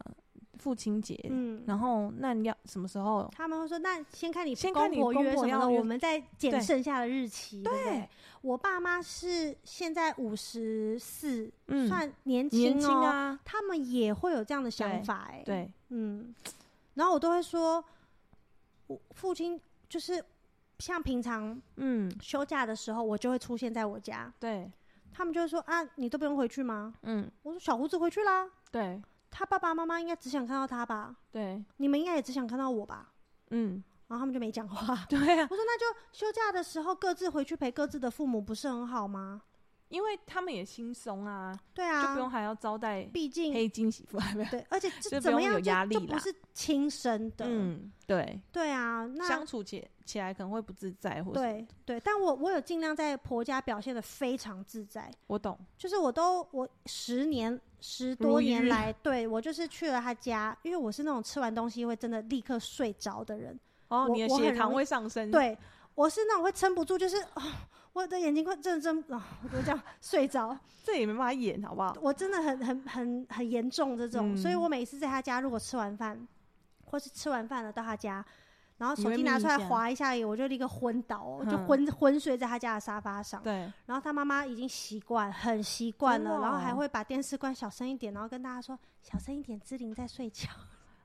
父亲节，嗯，然后那你要什么时候？他们会说，那先看你先公看你婆公约婆什么要的，约我们再减对剩下的日期，对不对对？我爸妈是现在五十四，嗯，算年年轻哦，啊，他们也会有这样的想对法、欸，，对，嗯，然后我都会说，我父亲就是像平常嗯，休假的时候，我就会出现在我家，对，他们就会说啊，你都不用回去吗？嗯，我说小胡子回去啦。对他爸爸妈妈应该只想看到他吧？对，你们应该也只想看到我吧？嗯， 然后他们就没讲话。 对啊，我说那就休假的时候各自回去陪各自的父母，不是很好吗？因为他们也轻松啊，对就不用啊，还要招待毕竟黑金媳妇，啊还没有，对，而且这就怎不么用样有就压力就啦不是亲生的，嗯，对，对啊，那相处起起来可能会不自在，或者对对，但我我有尽量在婆家表现的非常自在，我懂，就是我都我十年十多如一年日来，对我就是去了他家，因为我是那种吃完东西会真的立刻睡着的人，哦，我你的我很血容糖易会上升，，对，我是那种会撑不住，就是、哦、我的眼睛快真的睁啊、我就这样睡着。这也没办法演，好不好？我真的很很很很严重这种，所以嗯我每次在他家，如果吃完饭，或是吃完饭了到他家，然后你手会机拿眯出一来下划一下，我就立刻昏倒哦，我就嗯昏昏睡在他家的沙发上。对，然后他妈妈已经习惯，很习惯真了，的然后还哦会把电视关小声一点，然后跟大家说小声一点，芝玲在睡觉。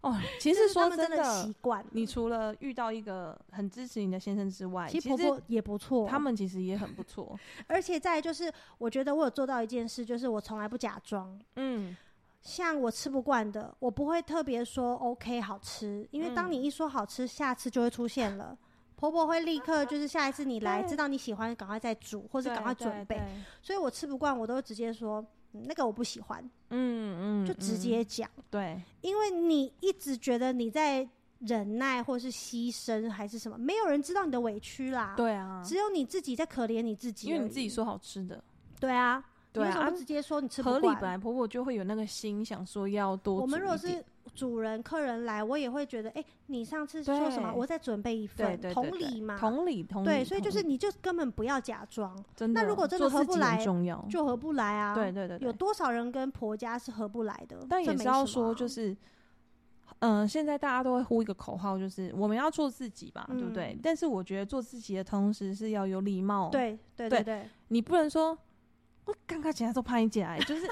哦，其就实是他说们真的习，惯了，你除了遇到一个很支持你的先生之外，其其实婆婆也不错。他，们其实也很不错。而且再来就是，我觉得我有做到一件事，就是我从来不假装。 嗯，像我吃不惯的，我不会特别说 OK 好吃，因为当嗯你一说好吃，下次就会出现了。婆婆会立刻就是下一次你来，对知道你喜欢，赶快再煮或或是赶快准备。所以我吃不惯，我都会直接说、嗯那个我不喜欢，嗯嗯，就直嗯接讲。对，因为你一直觉得你在忍耐或是牺牲还是什么，没有人知道你的委屈啦。对啊，只有你自己在可怜你自己，因为你自己。说好吃的，对啊，对你为什么啊不，直接说你吃合不理本惯？来婆婆就会有那个心想说要多。我们如果是。主人、客人来，我也会觉得，哎、你上次对说什么？我再准备一份对，对对同对理嘛。同理同理。对，所以同就是理你就根本不要假装，真的，那如果真的做合自不己很来重要。就合不来啊。对对对，对有多少人跟婆家是合不来的？但这也是没要什么说，啊就是，嗯、现在大家都会呼一个口号，就是我们要做自己吧，对不对嗯？但是我觉得做自己的同时是要有礼貌，，对对对对对，你不能说我刚刚起来都拍起来，就是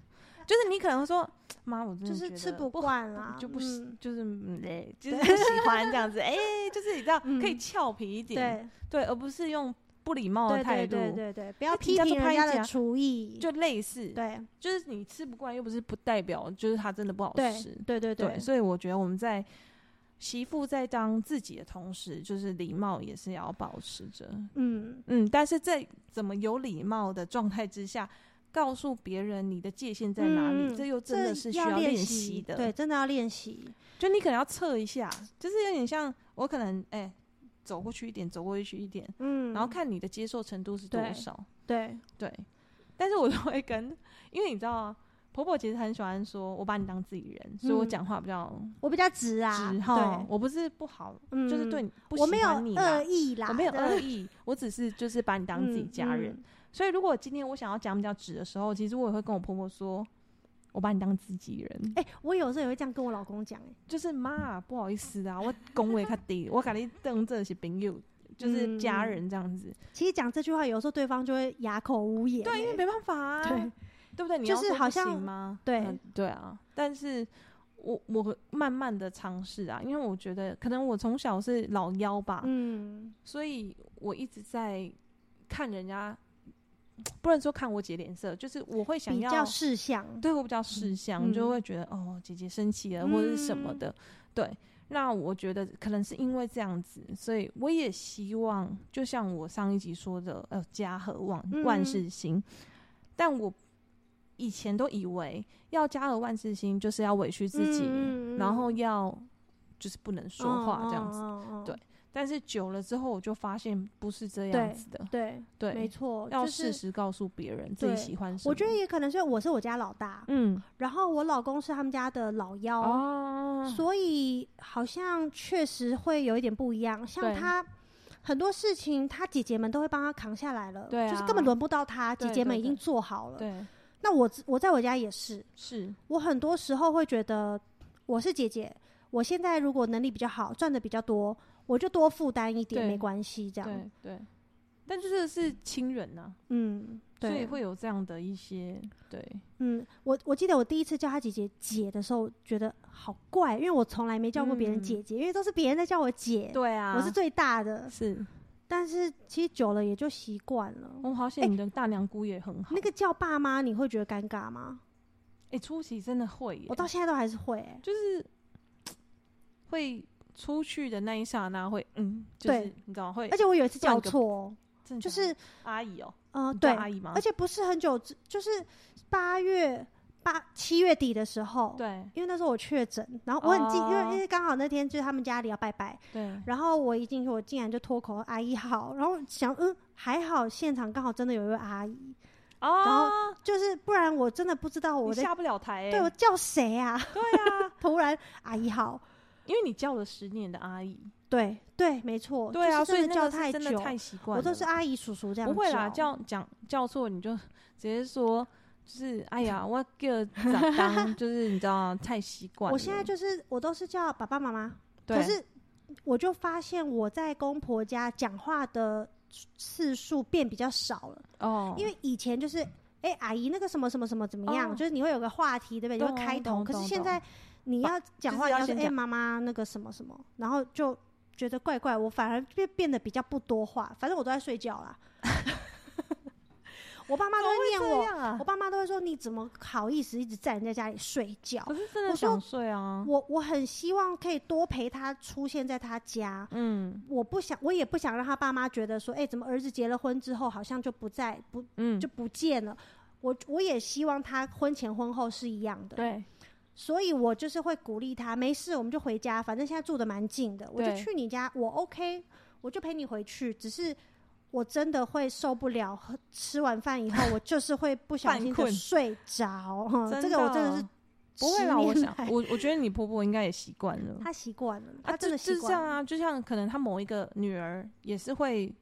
就是你可能会说妈，我真的就是嗯觉吃得不惯啦，就不喜、嗯就是嗯嘞， 就是不喜欢这样子，哎、就是你知道、可以嗯俏皮一点，对对，而不是用不礼貌的对态对度，对对对，不要哎批人家评做人拍家一的家厨艺。就类似，对就是你吃不惯，又不是不代表就是它真的不好吃对。对对对，所以我觉得我们在媳妇在当自己的同时，就是礼貌也是要保持着。嗯，嗯，但是在怎么有礼貌的状态之下，告诉别人你的界限在哪里，嗯这又真的这是需要练习的。对，，真的要练习。就你可能要测一下，就是有点像我可能哎、走过去一点，走过去一点，嗯，然后看你的接受程度是多对少。对，对，但是我都会跟，因为你知道啊，婆婆其实很喜欢说我把你当自己人，所以我嗯讲话比较我比较直啊，直对，哈、我不是不好，嗯就是对，你不我没喜有欢你啦恶意啦，我没有恶对，意，我只是就是把你当自己嗯家人。，嗯所以如果今天我想要讲比较直的时候，其实我也会跟我婆婆说。我把你当自己人，哎，我有时候也会这样跟我老公讲，哎，就是妈，不好意思啊，我恭维他低，我感觉当这些朋友，就是家嗯嗯人这样子。其实讲这句话，有时候对方就会哑口无言，对，因为哎没办法啊，对对不对？你就要是说好不行像吗？对嗯对啊，但是我我慢慢的尝试啊，因为我觉得可能我从小是老幺吧，嗯，所以我一直在看人家，不能说看我姐脸色，就是我会想比要较事项，对我比较识相，嗯就会觉得哦，姐姐生气了或者是什么嗯的，对。那我觉得可能是因为这样子，所以我也希望，就像我上一集说的，呃，家和万万嗯事兴。但我以前都以为要家和万事兴，就是要委屈自己，嗯嗯嗯然后嗯哦要就是不能说话这样子。子对但是久了之后，我就发现不是这对样子的，对对，没错，要就适是时告诉别人自己对喜欢什么。我觉得，也可能是因为我是我家老大，嗯，然后我老公是他们家的老幺，啊哦，所以好像确实会有一点不一样。像对他很多事情，他姐姐们都会帮他扛下来了，对就是啊根本轮不到他，对姐姐们对已经对做好了。对，那我自我在我家也是，是，我很多时候会觉得我是姐姐，我现在如果能力比较好，赚的比较多，我就多负担一点对没关系，这样对。对。但这个是亲人呐、嗯，所以对，会有这样的一些对，嗯，我我记得我第一次叫她姐姐姐的时候，觉得好怪，因为我从来没叫过别人嗯姐姐，因为都是别人在叫我姐。对啊我是最大的，是，但是其实久了也就习惯了。我、好险你的大娘姑也很好。哎那个叫爸妈，你会觉得尴尬吗？哎、初期真的会耶，我到现在都还是会、欸。就是会出去的那一刹那会，嗯，就是对你知道会而，且我有一次断叫个错哦，真的就假的是阿姨哦、呃，你叫对，阿姨吗？而且不是很久之，就是八月八七月底的时候，，对因为那时候我确诊，然后我很记，因哦为因为刚好那天就是他们家里要拜拜，对，然后我一进去，我竟然就脱口阿姨好，然后想嗯还好现场刚好真的有一位阿姨，哦，就是不然我真的不知道我你在下不了台哎、对我叫谁啊，对啊， 突然阿姨好，因为你叫了十年的阿姨，对对，没错，对啊，哦就是所以真那个的叫是太真的久，太习惯了， 我都是阿姨叔叔这 样。不会啦，，叫讲叫错你就直接说就是哎 呀，我个咋当，就是你知道太习惯了。我现在就是我都是叫爸爸妈妈，对可是我就发现我在公婆家讲话的次数变比较少了，哦，因为以前就是哎、阿姨那个什么什么什么怎么样，哦就是你会有个话题对不对？你会懂开头，懂可是懂现在你要讲就是话，你要要说先哎讲妈妈那个什么什么，然后就觉得怪怪，我反而变变得比较不多话，反正我都在睡觉 啦。我爸妈都会念这我，样啊我，爸妈都会说你怎么好意思一直站在家里睡觉？可是真我的说想睡啊。我我很希望可以多陪他出现在他家。嗯我不想，我也不想让他爸妈觉得说，哎、怎么儿子结了婚之后好像就不在不嗯，就不见了。我我也希望他婚前婚后是一样的，对所以我就是会鼓励他，没事，我们就回家，反正现在住的蛮近的，我就对去你家，我 OK，我就陪你回去。只是我真的会受不了，喝吃完饭以后我就是会不小心犯就困睡着，哼真呃这个我真的是不会啦。十我年想来我我觉得你婆婆应该也习惯了。他习惯了，啊，他这真的习就这惯样了。啊，就像可能他某一个女儿也是会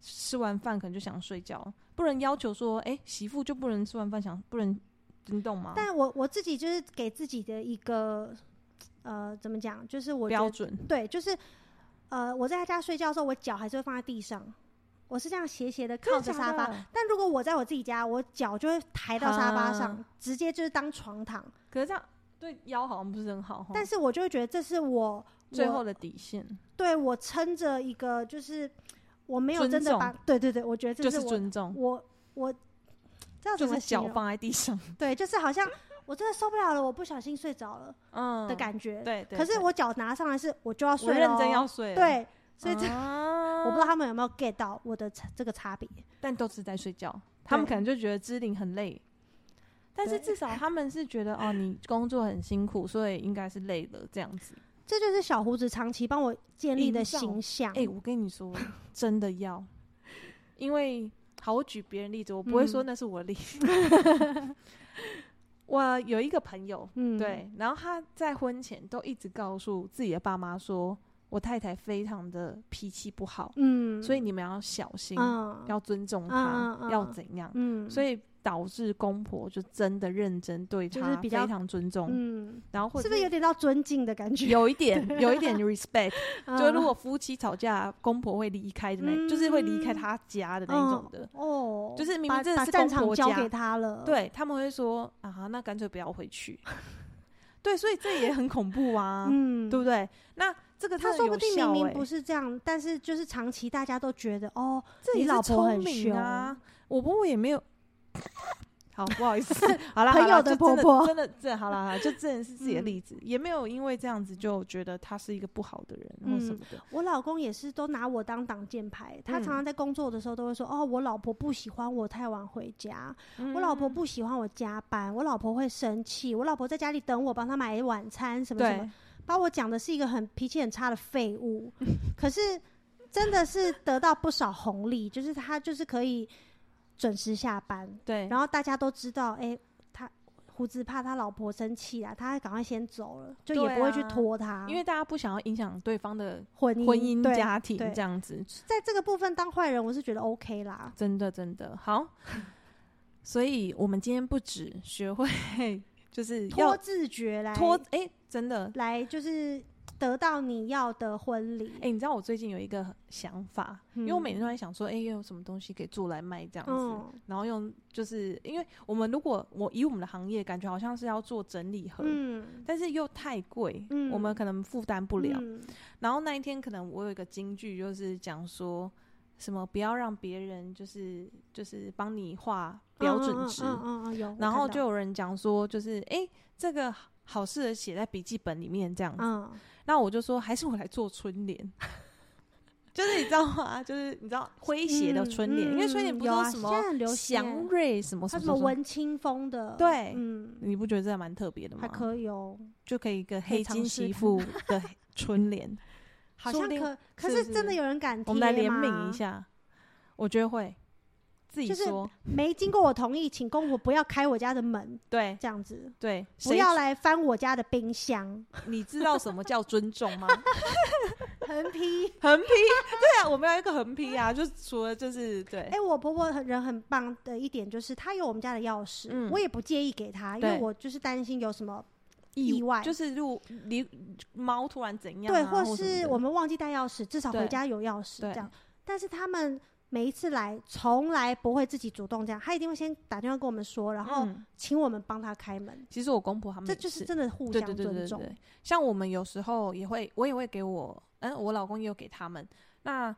吃完饭可能就想睡觉，不能要求说，哎、媳妇就不能吃完饭想不能，你懂吗？但我我自己就是给自己的一个呃，怎么讲，就是我觉标得准对，就是呃，我在他家睡觉的时候，我脚还是会放在地上，我是这样斜斜的靠着沙发。，但如果我在我自己家，我脚就会抬到沙发上，直接就是当床躺。可是这样对腰好像不是很好齁，但是我就会觉得这是我最我后的底线对我撑着一个，就是我没有尊真的把对对对，我觉得就这是我尊重，我我这要就怎是么形脚容？放在地 上，对，就是好像我真的受不了了，我不小心睡着了嗯的感觉。对对。可是对我脚拿上来是我就要我睡了认哦，真要睡了，对，所以这啊我不知道他们有没有 get 到我的差这个差别。但都是在睡觉，他们对可能就觉得支领很累，但是对至少他们是觉得哦，你工作很辛苦，所以应该是累了这样子。这就是小胡子长期帮我建立的营造形象。哎、我跟你 说，真的要，因为好，我举别人例子，我不会说嗯那是我的例子。 我有一个朋友，嗯，对，然后他在婚前都一直告诉自己的爸妈说，我太太非常的脾气不好，嗯，所以你们要小心，嗯，要尊重嗯她，嗯嗯要怎样。嗯，所以以导致公婆就真的认真对就他，是比较非常尊重，嗯，然后或是者不是有点到尊敬的感觉？有一 点有一点 respect？嗯，就如果夫妻吵架，公婆会离开的那，就是会离开他家的那一种的嗯，哦，就是明把明真的把是战公场婆交给家，他了。，对他们会说啊，那干脆不要回 去。对，所以这也很恐怖啊，嗯，对不对？那这个他真的说有不定效明欸明不是这样，但是就是长期大家都觉得哦，这你也老是婆很聪明啊。我婆婆也 没有。好，不好意思，好啦，朋好啦友的就真婆婆真的真的好啦，好啦就真的是自己的嗯例子，也没有因为这样子就觉得她是一个不好的人或什么的。我老公也是都拿我当挡箭牌，嗯他常常在工作的时候都会说：“哦，我老婆不喜欢我太晚回家，嗯我老婆不喜欢我加班，我老婆会生气，我老婆在家里等我帮她买晚餐什么什对么。”把我讲的是一个很脾气很差的废 物，可是真的是得到不少红利，就是他就是可以准时下班，对，然后大家都知道，哎、他胡子怕他老婆生气啊，他赶快先走了，就也对不会去啊拖他，因为大家不想要影响对方的婚姻婚姻对家庭对这样子，在这个部分当坏人，我是觉得 OK 啦。真的真的好。 所以我们今天不止学会 就是脱要自觉来脱，哎、真的来就是得到你要的婚礼。哎、你知道我最近有一个想法，因为我每天都在想说，哎、又有什么东西可以做来卖这样子，嗯然后用就是因为我们如果我以我们的行业，感觉好像是要做整理盒，嗯，但是又太贵，嗯我们可能负担不了。嗯然后那一天可能我有一个金句，就是讲说什么不要让别人就是就是帮你画标准值，嗯嗯嗯嗯嗯有。我然后看就到有人讲说就是哎、这个好适合写在笔记本里面这样子。嗯，那我就说，还是我来做春联， 就是你知道吗？就是你知道诙谐的春联，嗯因为春联嗯不是有说啊什现么在很流行祥欸，瑞什么它什什么么什么，文青风的，对嗯，你不觉得这还蛮特别的吗？还可以哦，就可以一个可以黑尝金试媳看 妇的春联，好说像不定可，可是是不真的是有人敢我们来贴联吗名一，下，我觉得会自己就是说，没经过我同意，请公婆不要开我家的门，对这样子，对，不谁要来翻我家的冰箱，你知道什么叫尊重吗？ 横批。横批，对啊，我们要一个横批啊，就除了就是对哎、，我婆婆很人很棒的一点就是，她有我们家的钥匙，嗯我也不介意给她，因为对我就是担心有什么意外就是路离猫突然怎样啊，对，或什么是的我们忘记带钥匙，至少回对家有钥匙对这样。但是他们每一次来，从来不会自己主动这样，他一定会先打电话跟我们说，然后嗯请我们帮他开门。其实我公婆他们这也就是是真的互对相对对对尊重。对，像我们有时候也会，我也会给我，嗯，我老公也有给他们。那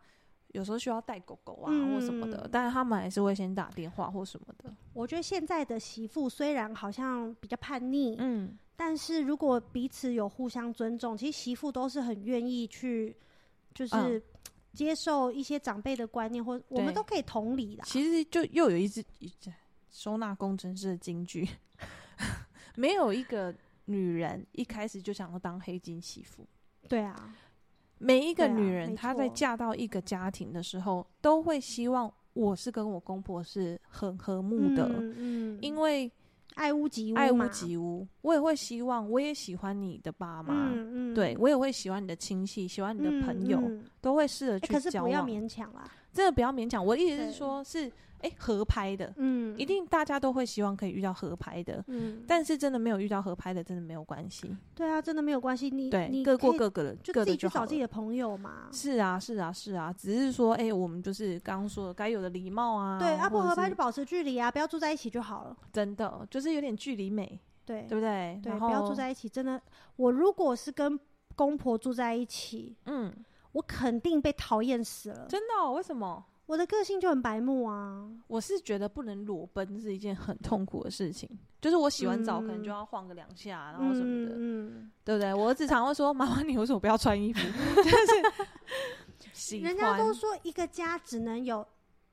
有时候需要带狗狗啊、或什么的嗯，但是他们还是会先打电话或什么的。我觉得现在的媳妇虽然好像比较叛逆，嗯，但是如果彼此有互相尊重，其实媳妇都是很愿意去，就是嗯接受一些长辈的观念，或我们对都可以同理的啊。其实就又有一只一只收纳工程师的金句， 没有一个女人一开始就想要当黑金媳妇。对啊，每一个对啊女没人，她在错嫁到一个家庭的时候，都会希望我是跟我公婆是很和睦的，嗯，嗯因为爱屋及乌嘛，爱屋及乌，我也会希望，我也喜欢你的爸妈，嗯嗯，对我也会喜欢你的亲戚，喜欢你的朋友，嗯嗯都会试着欸去可是交不要往。勉强啦，真的不要勉强。我的意思对是说，是哎、诶合拍的，嗯，一，定大家都会希望可以遇到合拍的。嗯，但是真的没有遇到合拍的，真的没有关系。对啊，真的没有关系，你对，你各过可以各个的，就各自的己去好找自己了。的朋友嘛，是啊，是啊，是啊，只是说，哎、我们就是刚刚说的该有的礼貌啊，对，啊，或不者合拍是就保持距离啊，不要住在一起就好了，真的就是有点距离美，对对不对？对，然不要后住在一起，真的，我如果是跟公婆住在一起，嗯，我肯定被讨厌死了，真的哦、为什么？我的个性就很白目啊，我是觉得不能裸奔是一件很痛苦的事情，就是我洗完澡可能嗯就要晃个两下，然后什么的，嗯对不对？我儿子常会说：“妈妈，你为什么不要穿衣服？” 就是嗯，喜人家欢都说一个家只能有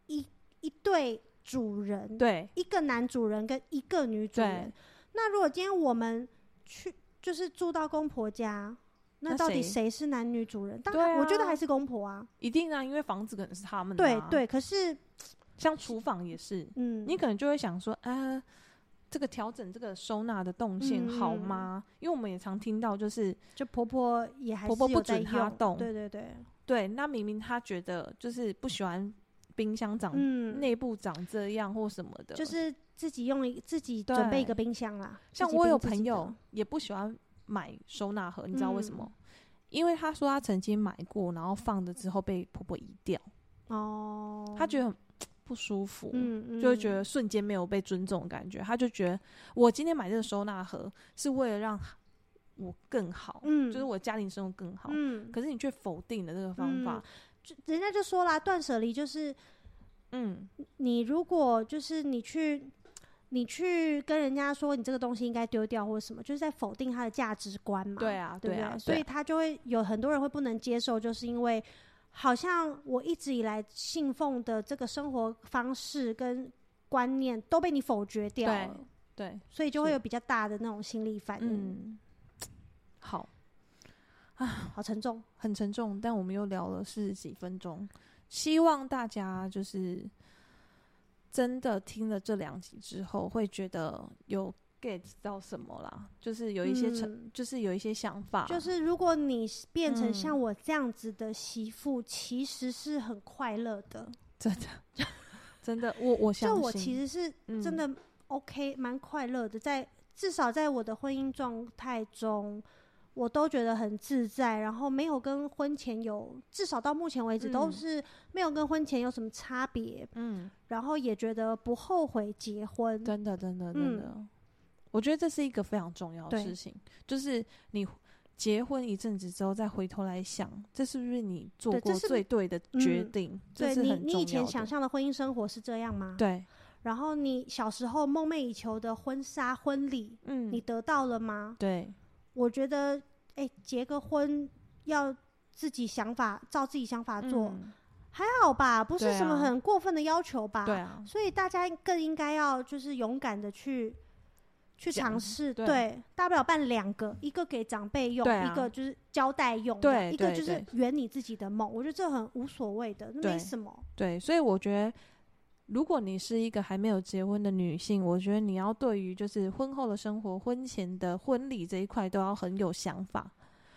一一对主人，对一个男主人跟一个女主人对。那如果今天我们去就是住到公婆家，那那到底谁谁是男女主人？当对然，啊我觉得还是公婆啊。一定啊，因为房子可能是他们的、对啊，对，可是像厨房也是，嗯，你可能就会想说：“啊，这个调整这个收纳的动嗯线好吗？”因为我们也常听到，就是就婆婆也还是婆婆不有在准她用动对对对，对，那明明他觉得就是不喜欢冰箱长嗯，内、部长这样或什么的，就是自己用一自己准备一个冰箱啦。像自己我冰有自己朋的友，也不喜欢买收纳盒，你知道为什么？嗯因为他说他曾经买过，然后放着之后被婆婆移掉，哦，他觉得很不舒服，嗯嗯，就会觉得瞬间没有被尊重的感觉。他就觉得我今天买这个收纳盒是为了让我更好，嗯，就是我家庭生活更好。嗯，可是你却否定了这个方法，就人家就说啦，断舍离就是嗯，你如果就是你去，你去跟人家说你这个东西应该丢掉或者什么，就是在否定他的价值观嘛，对啊，对不对啊，所对以啊他就会有很多人会不能接受，就是因为好像我一直以来信奉的这个生活方式跟观念都被你否决掉对了，对，所以就会是有比较大的那种心理反应，嗯，好，好沉重。很沉重，但我们又聊了四十几分钟，希望大家就是真的听了这两集之后，会觉得有 get 到什么啦，就是有一些成，嗯就是有一些想法，就是如果你是变成嗯像我这样子的媳妇，其实是很快乐的。真的，真的，我我相就信，我其实是嗯真的 OK，蛮、快乐的，在至少在我的婚姻状态中，我都觉得很自在，然后没有跟婚前有，至少到目前为止都嗯是没有跟婚前有什么差别，嗯，然后也觉得不后悔结婚。真的，真的，真的，我觉得这是一个非常重要的嗯对事情，就是你。结婚一阵子之后，再回头来想，这是不是你做对这过是最对的决嗯定？这对是你，很你以重前要想的象的婚姻生活是这样吗？。对，然后你小时候梦寐以求的婚纱婚礼，嗯，你得到了吗？对，我觉得，哎、结个婚要自己想法，照自己想法做，嗯还好吧，不是对什么啊很过分的要求吧？对啊，所以大家更应该要就是勇敢的去去讲尝试，对大不了办两个，一个给长辈用，对啊一个就是交代用，对这样一个对就是对圆你自己的梦，我觉得这很无所谓的，那没对什么。对，所以我觉得，如果你是一个还没有结婚的女性，我觉得你要对于就是婚后的生活、婚前的婚礼这一块都要很有想法，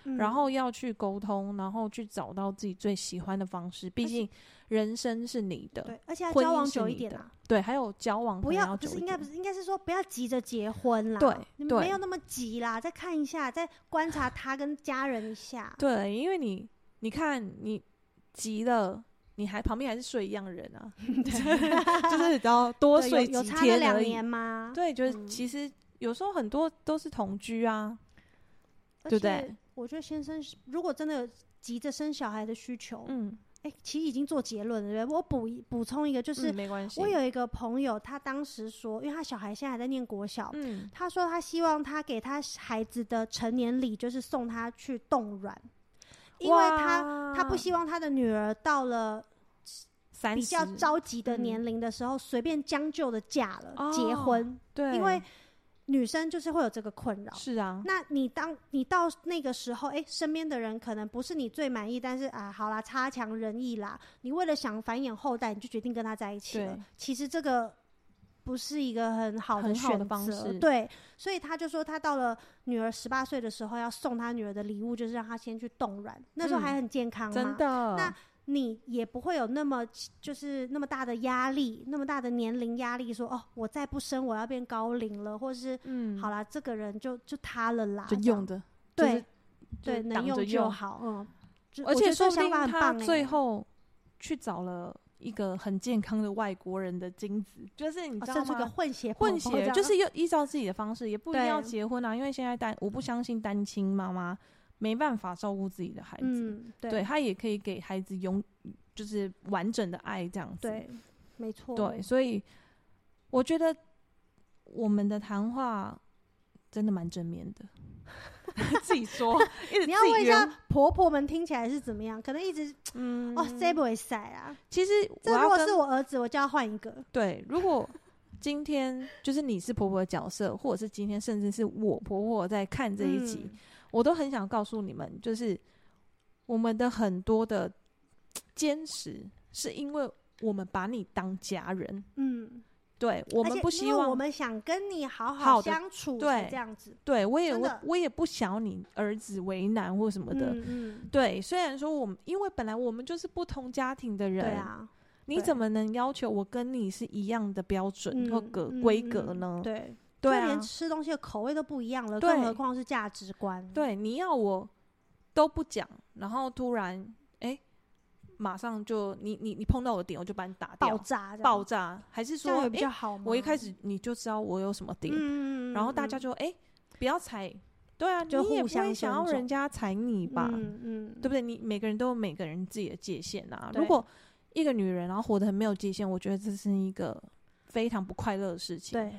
嗯然后要去沟通，然后去找到自己最喜欢的方式。毕而且竟人生是你的，对，而且要婚交姻往是久一你点的啊，对，还有交往不可能要不久是一应该点不是应该是说不要急着结婚啦，对你对没有那么急啦，再看一下，再观察他跟家人一下，对，因为你你看你急了，你还旁边还是睡一样的人 啊， 就是只要多对有睡几有差了天两而已年。吗？对，就是嗯其实有时候很多都是同居啊，而对不且对我觉得先生是如果真的有急着生小孩的需求，哎、嗯，其实已经做结论了，对不对？我补一补充一个，就是嗯没关系。我有一个朋友，他当时说，因为他小孩现在还在念国小，嗯，他说他希望他给他孩子的成年礼就是送他去冻卵，因为他他不哇希望他的女儿到了30比较着急的嗯年龄的时候，随便将就的嫁了、哦结婚，对，因为女生就是会有这个困扰。是啊，那你当你到那个时候，哎、身边的人可能不是你最满意，但是啊，好啦，差强人意啦。你为了想繁衍后代，你就决定跟他在一起了对。其实这个不是一个很好的很好的选方择，式对。所以他就说，他到了女儿十八岁的时候，要送他女儿的礼物就是让她先去冻卵，那时候嗯还很健康嘛。真的。那你也不会有那么就是那么大的压力，那么大的年龄压力说哦，我再不生我要变高龄了，或是嗯，好啦，这个人就就他了啦，就这样用的，对、就对，是能挡着用就用好，嗯。就而我觉且得说这个不定想法很他棒欸最后去找了一个很健康的外国人的精子，就是你哦知道生出个吗？混血宝宝混这血样就是要依照自己的方式，也不一定要对结婚啊，因为现在单我不相信单亲妈妈没办法照顾自己的孩子，嗯，对对她也可以给孩子永就是完整的爱这样子，对，没错，对，所以我觉得我们的谈话真的蛮正面 的。自己说，一直你要自己问一下圆婆婆们听起来是怎么样，可能一直嗯哦，这不会塞啊。其实我这要如果跟是我儿子，我就要换一个。对，如果今天就是你是婆婆的角色，或者是今天甚至是我婆婆在看这一集，嗯我都很想告诉你们，就是我们的很多的坚持，是因为我们把你当家人，嗯，对我而们且不因希为望我们想跟你好好的相处，对这样子对我也真我的我也不想要你儿子为难或什么的。嗯嗯，对，虽然说我们因为本来我们就是不同家庭的对人，啊，你对怎么能要求我跟你是一样的标准或嗯格嗯规嗯格呢？对，对就啊，连吃东西的口味都不一样了，对更何况是价值观。，对，你要我都不讲，然后突然哎、诶马上就你你你碰到我的点，我就把你打掉爆炸这样，爆炸，还是这说样哎、有比较诶好吗？啊我一开始你就知道我有什么点，嗯，嗯，嗯然后大家嗯就哎、诶不要踩，对啊，就你也不会互相想尊要重人家踩你吧，嗯嗯，对不对？你每个人都有每个人自己的界限啊。如对果一个女人然后活得很没有界限，我觉得这是一个非常不快乐的事情。对，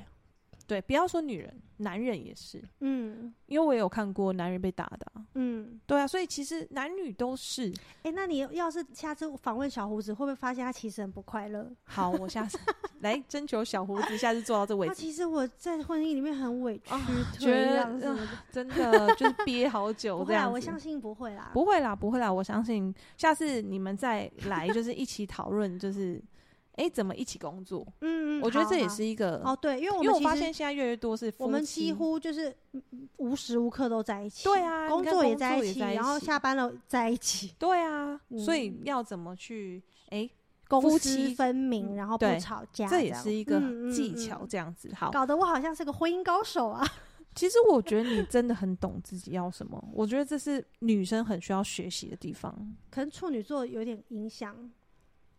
对，不要说女人，男人也是，嗯因为我也有看过男人被打的啊、嗯，对啊，所以其实男女都是。哎，那你要是下次访问小胡子，会不会发现他其实很不快乐？好，我下次 来征求小胡子，下次做到 这位他置，其实我在婚姻里面很委屈啊，退觉得让什么的真的就是憋好久不这会啊，样我子相。信不会啦，不会啦，不会啦，我相信下次你们再 来，就是一起讨论，就是哎、诶怎么一起工作？嗯，嗯我觉得好这也好是一个，哦，对，因为我因为们我其发实现现在越来越多是我夫们妻几乎就是嗯嗯无时无刻都在一起，对啊工你看作也工在作一也起，在一然后起下班了在一起，对啊，所以嗯要怎么去哎、诶公夫私妻分明，然后不对吵架样，这也是一个嗯嗯技嗯巧，这样子。好，搞得我好像是个婚姻高手啊。 其实我觉得你真的很懂自己要什么，我觉得这是女生很需要学习的地方。可能处女座有点影响，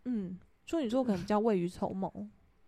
嗯，处女座可能比较未雨绸缪。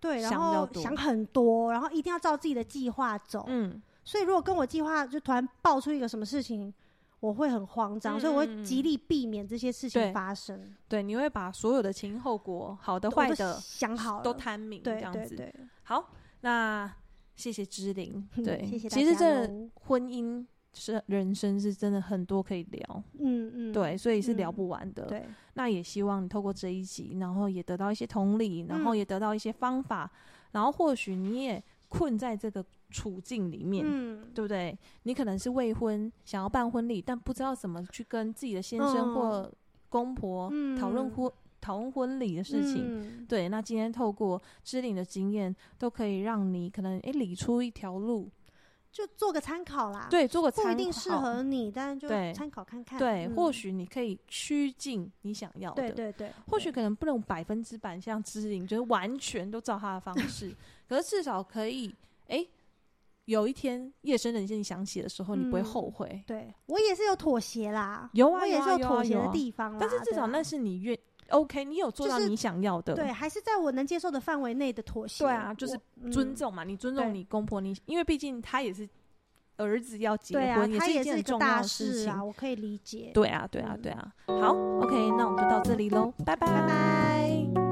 对，想然比较后多想很多，然后一定要照自己的计划走。嗯，所以如果跟我计划就突然爆出一个什么事情，我会很慌张，嗯所以我嗯会嗯极力避免这些事情对发生。对，你会把所有的前因后果，好的我坏都的想好了，都摊明，这对样对子。对，好，那谢谢芝玲。 嗯对，谢谢大其实家这喽婚姻是人生是真的很多可以聊，嗯嗯，对，所以是聊嗯不完的。对。那也希望你透过这一集，然后也得到一些同理，然后嗯也得到一些方法，然后或许你也困在这个处境里面，嗯，对不对？你可能是未婚，想要办婚礼，但不知道怎么去跟自己的先生嗯或公婆讨论嗯婚、讨论婚礼的事情。嗯对，那今天透过知玲的经验，都可以让你可能诶理出一条路，就做个参考啦。，对，做个参不考，一定适合你，但就对参考看看。对，嗯或许你可以趋近你想要的。对对对，或许可能不能百分之百像知玲，就是完全都照她的方 式，可是至少可以，哎、有一天夜深人静你想起的时候，你不会后嗯悔。对我也是有妥协啦，有啊我也有啊是有啊妥协有的啊地方啦。但是至对少啊那是你愿 OK，你有做就到是你想要的，对，啊还是在我能接受的范围内的妥协。对啊就是我尊。嗯重嘛，你尊对重你公婆，你因为毕竟他也是儿子要结对啊婚，，也他是一也件是一很个重要大的事事情啊，。我可以理解。对啊，对啊，对啊。好，OK，那我们就到这里喽，拜拜拜拜。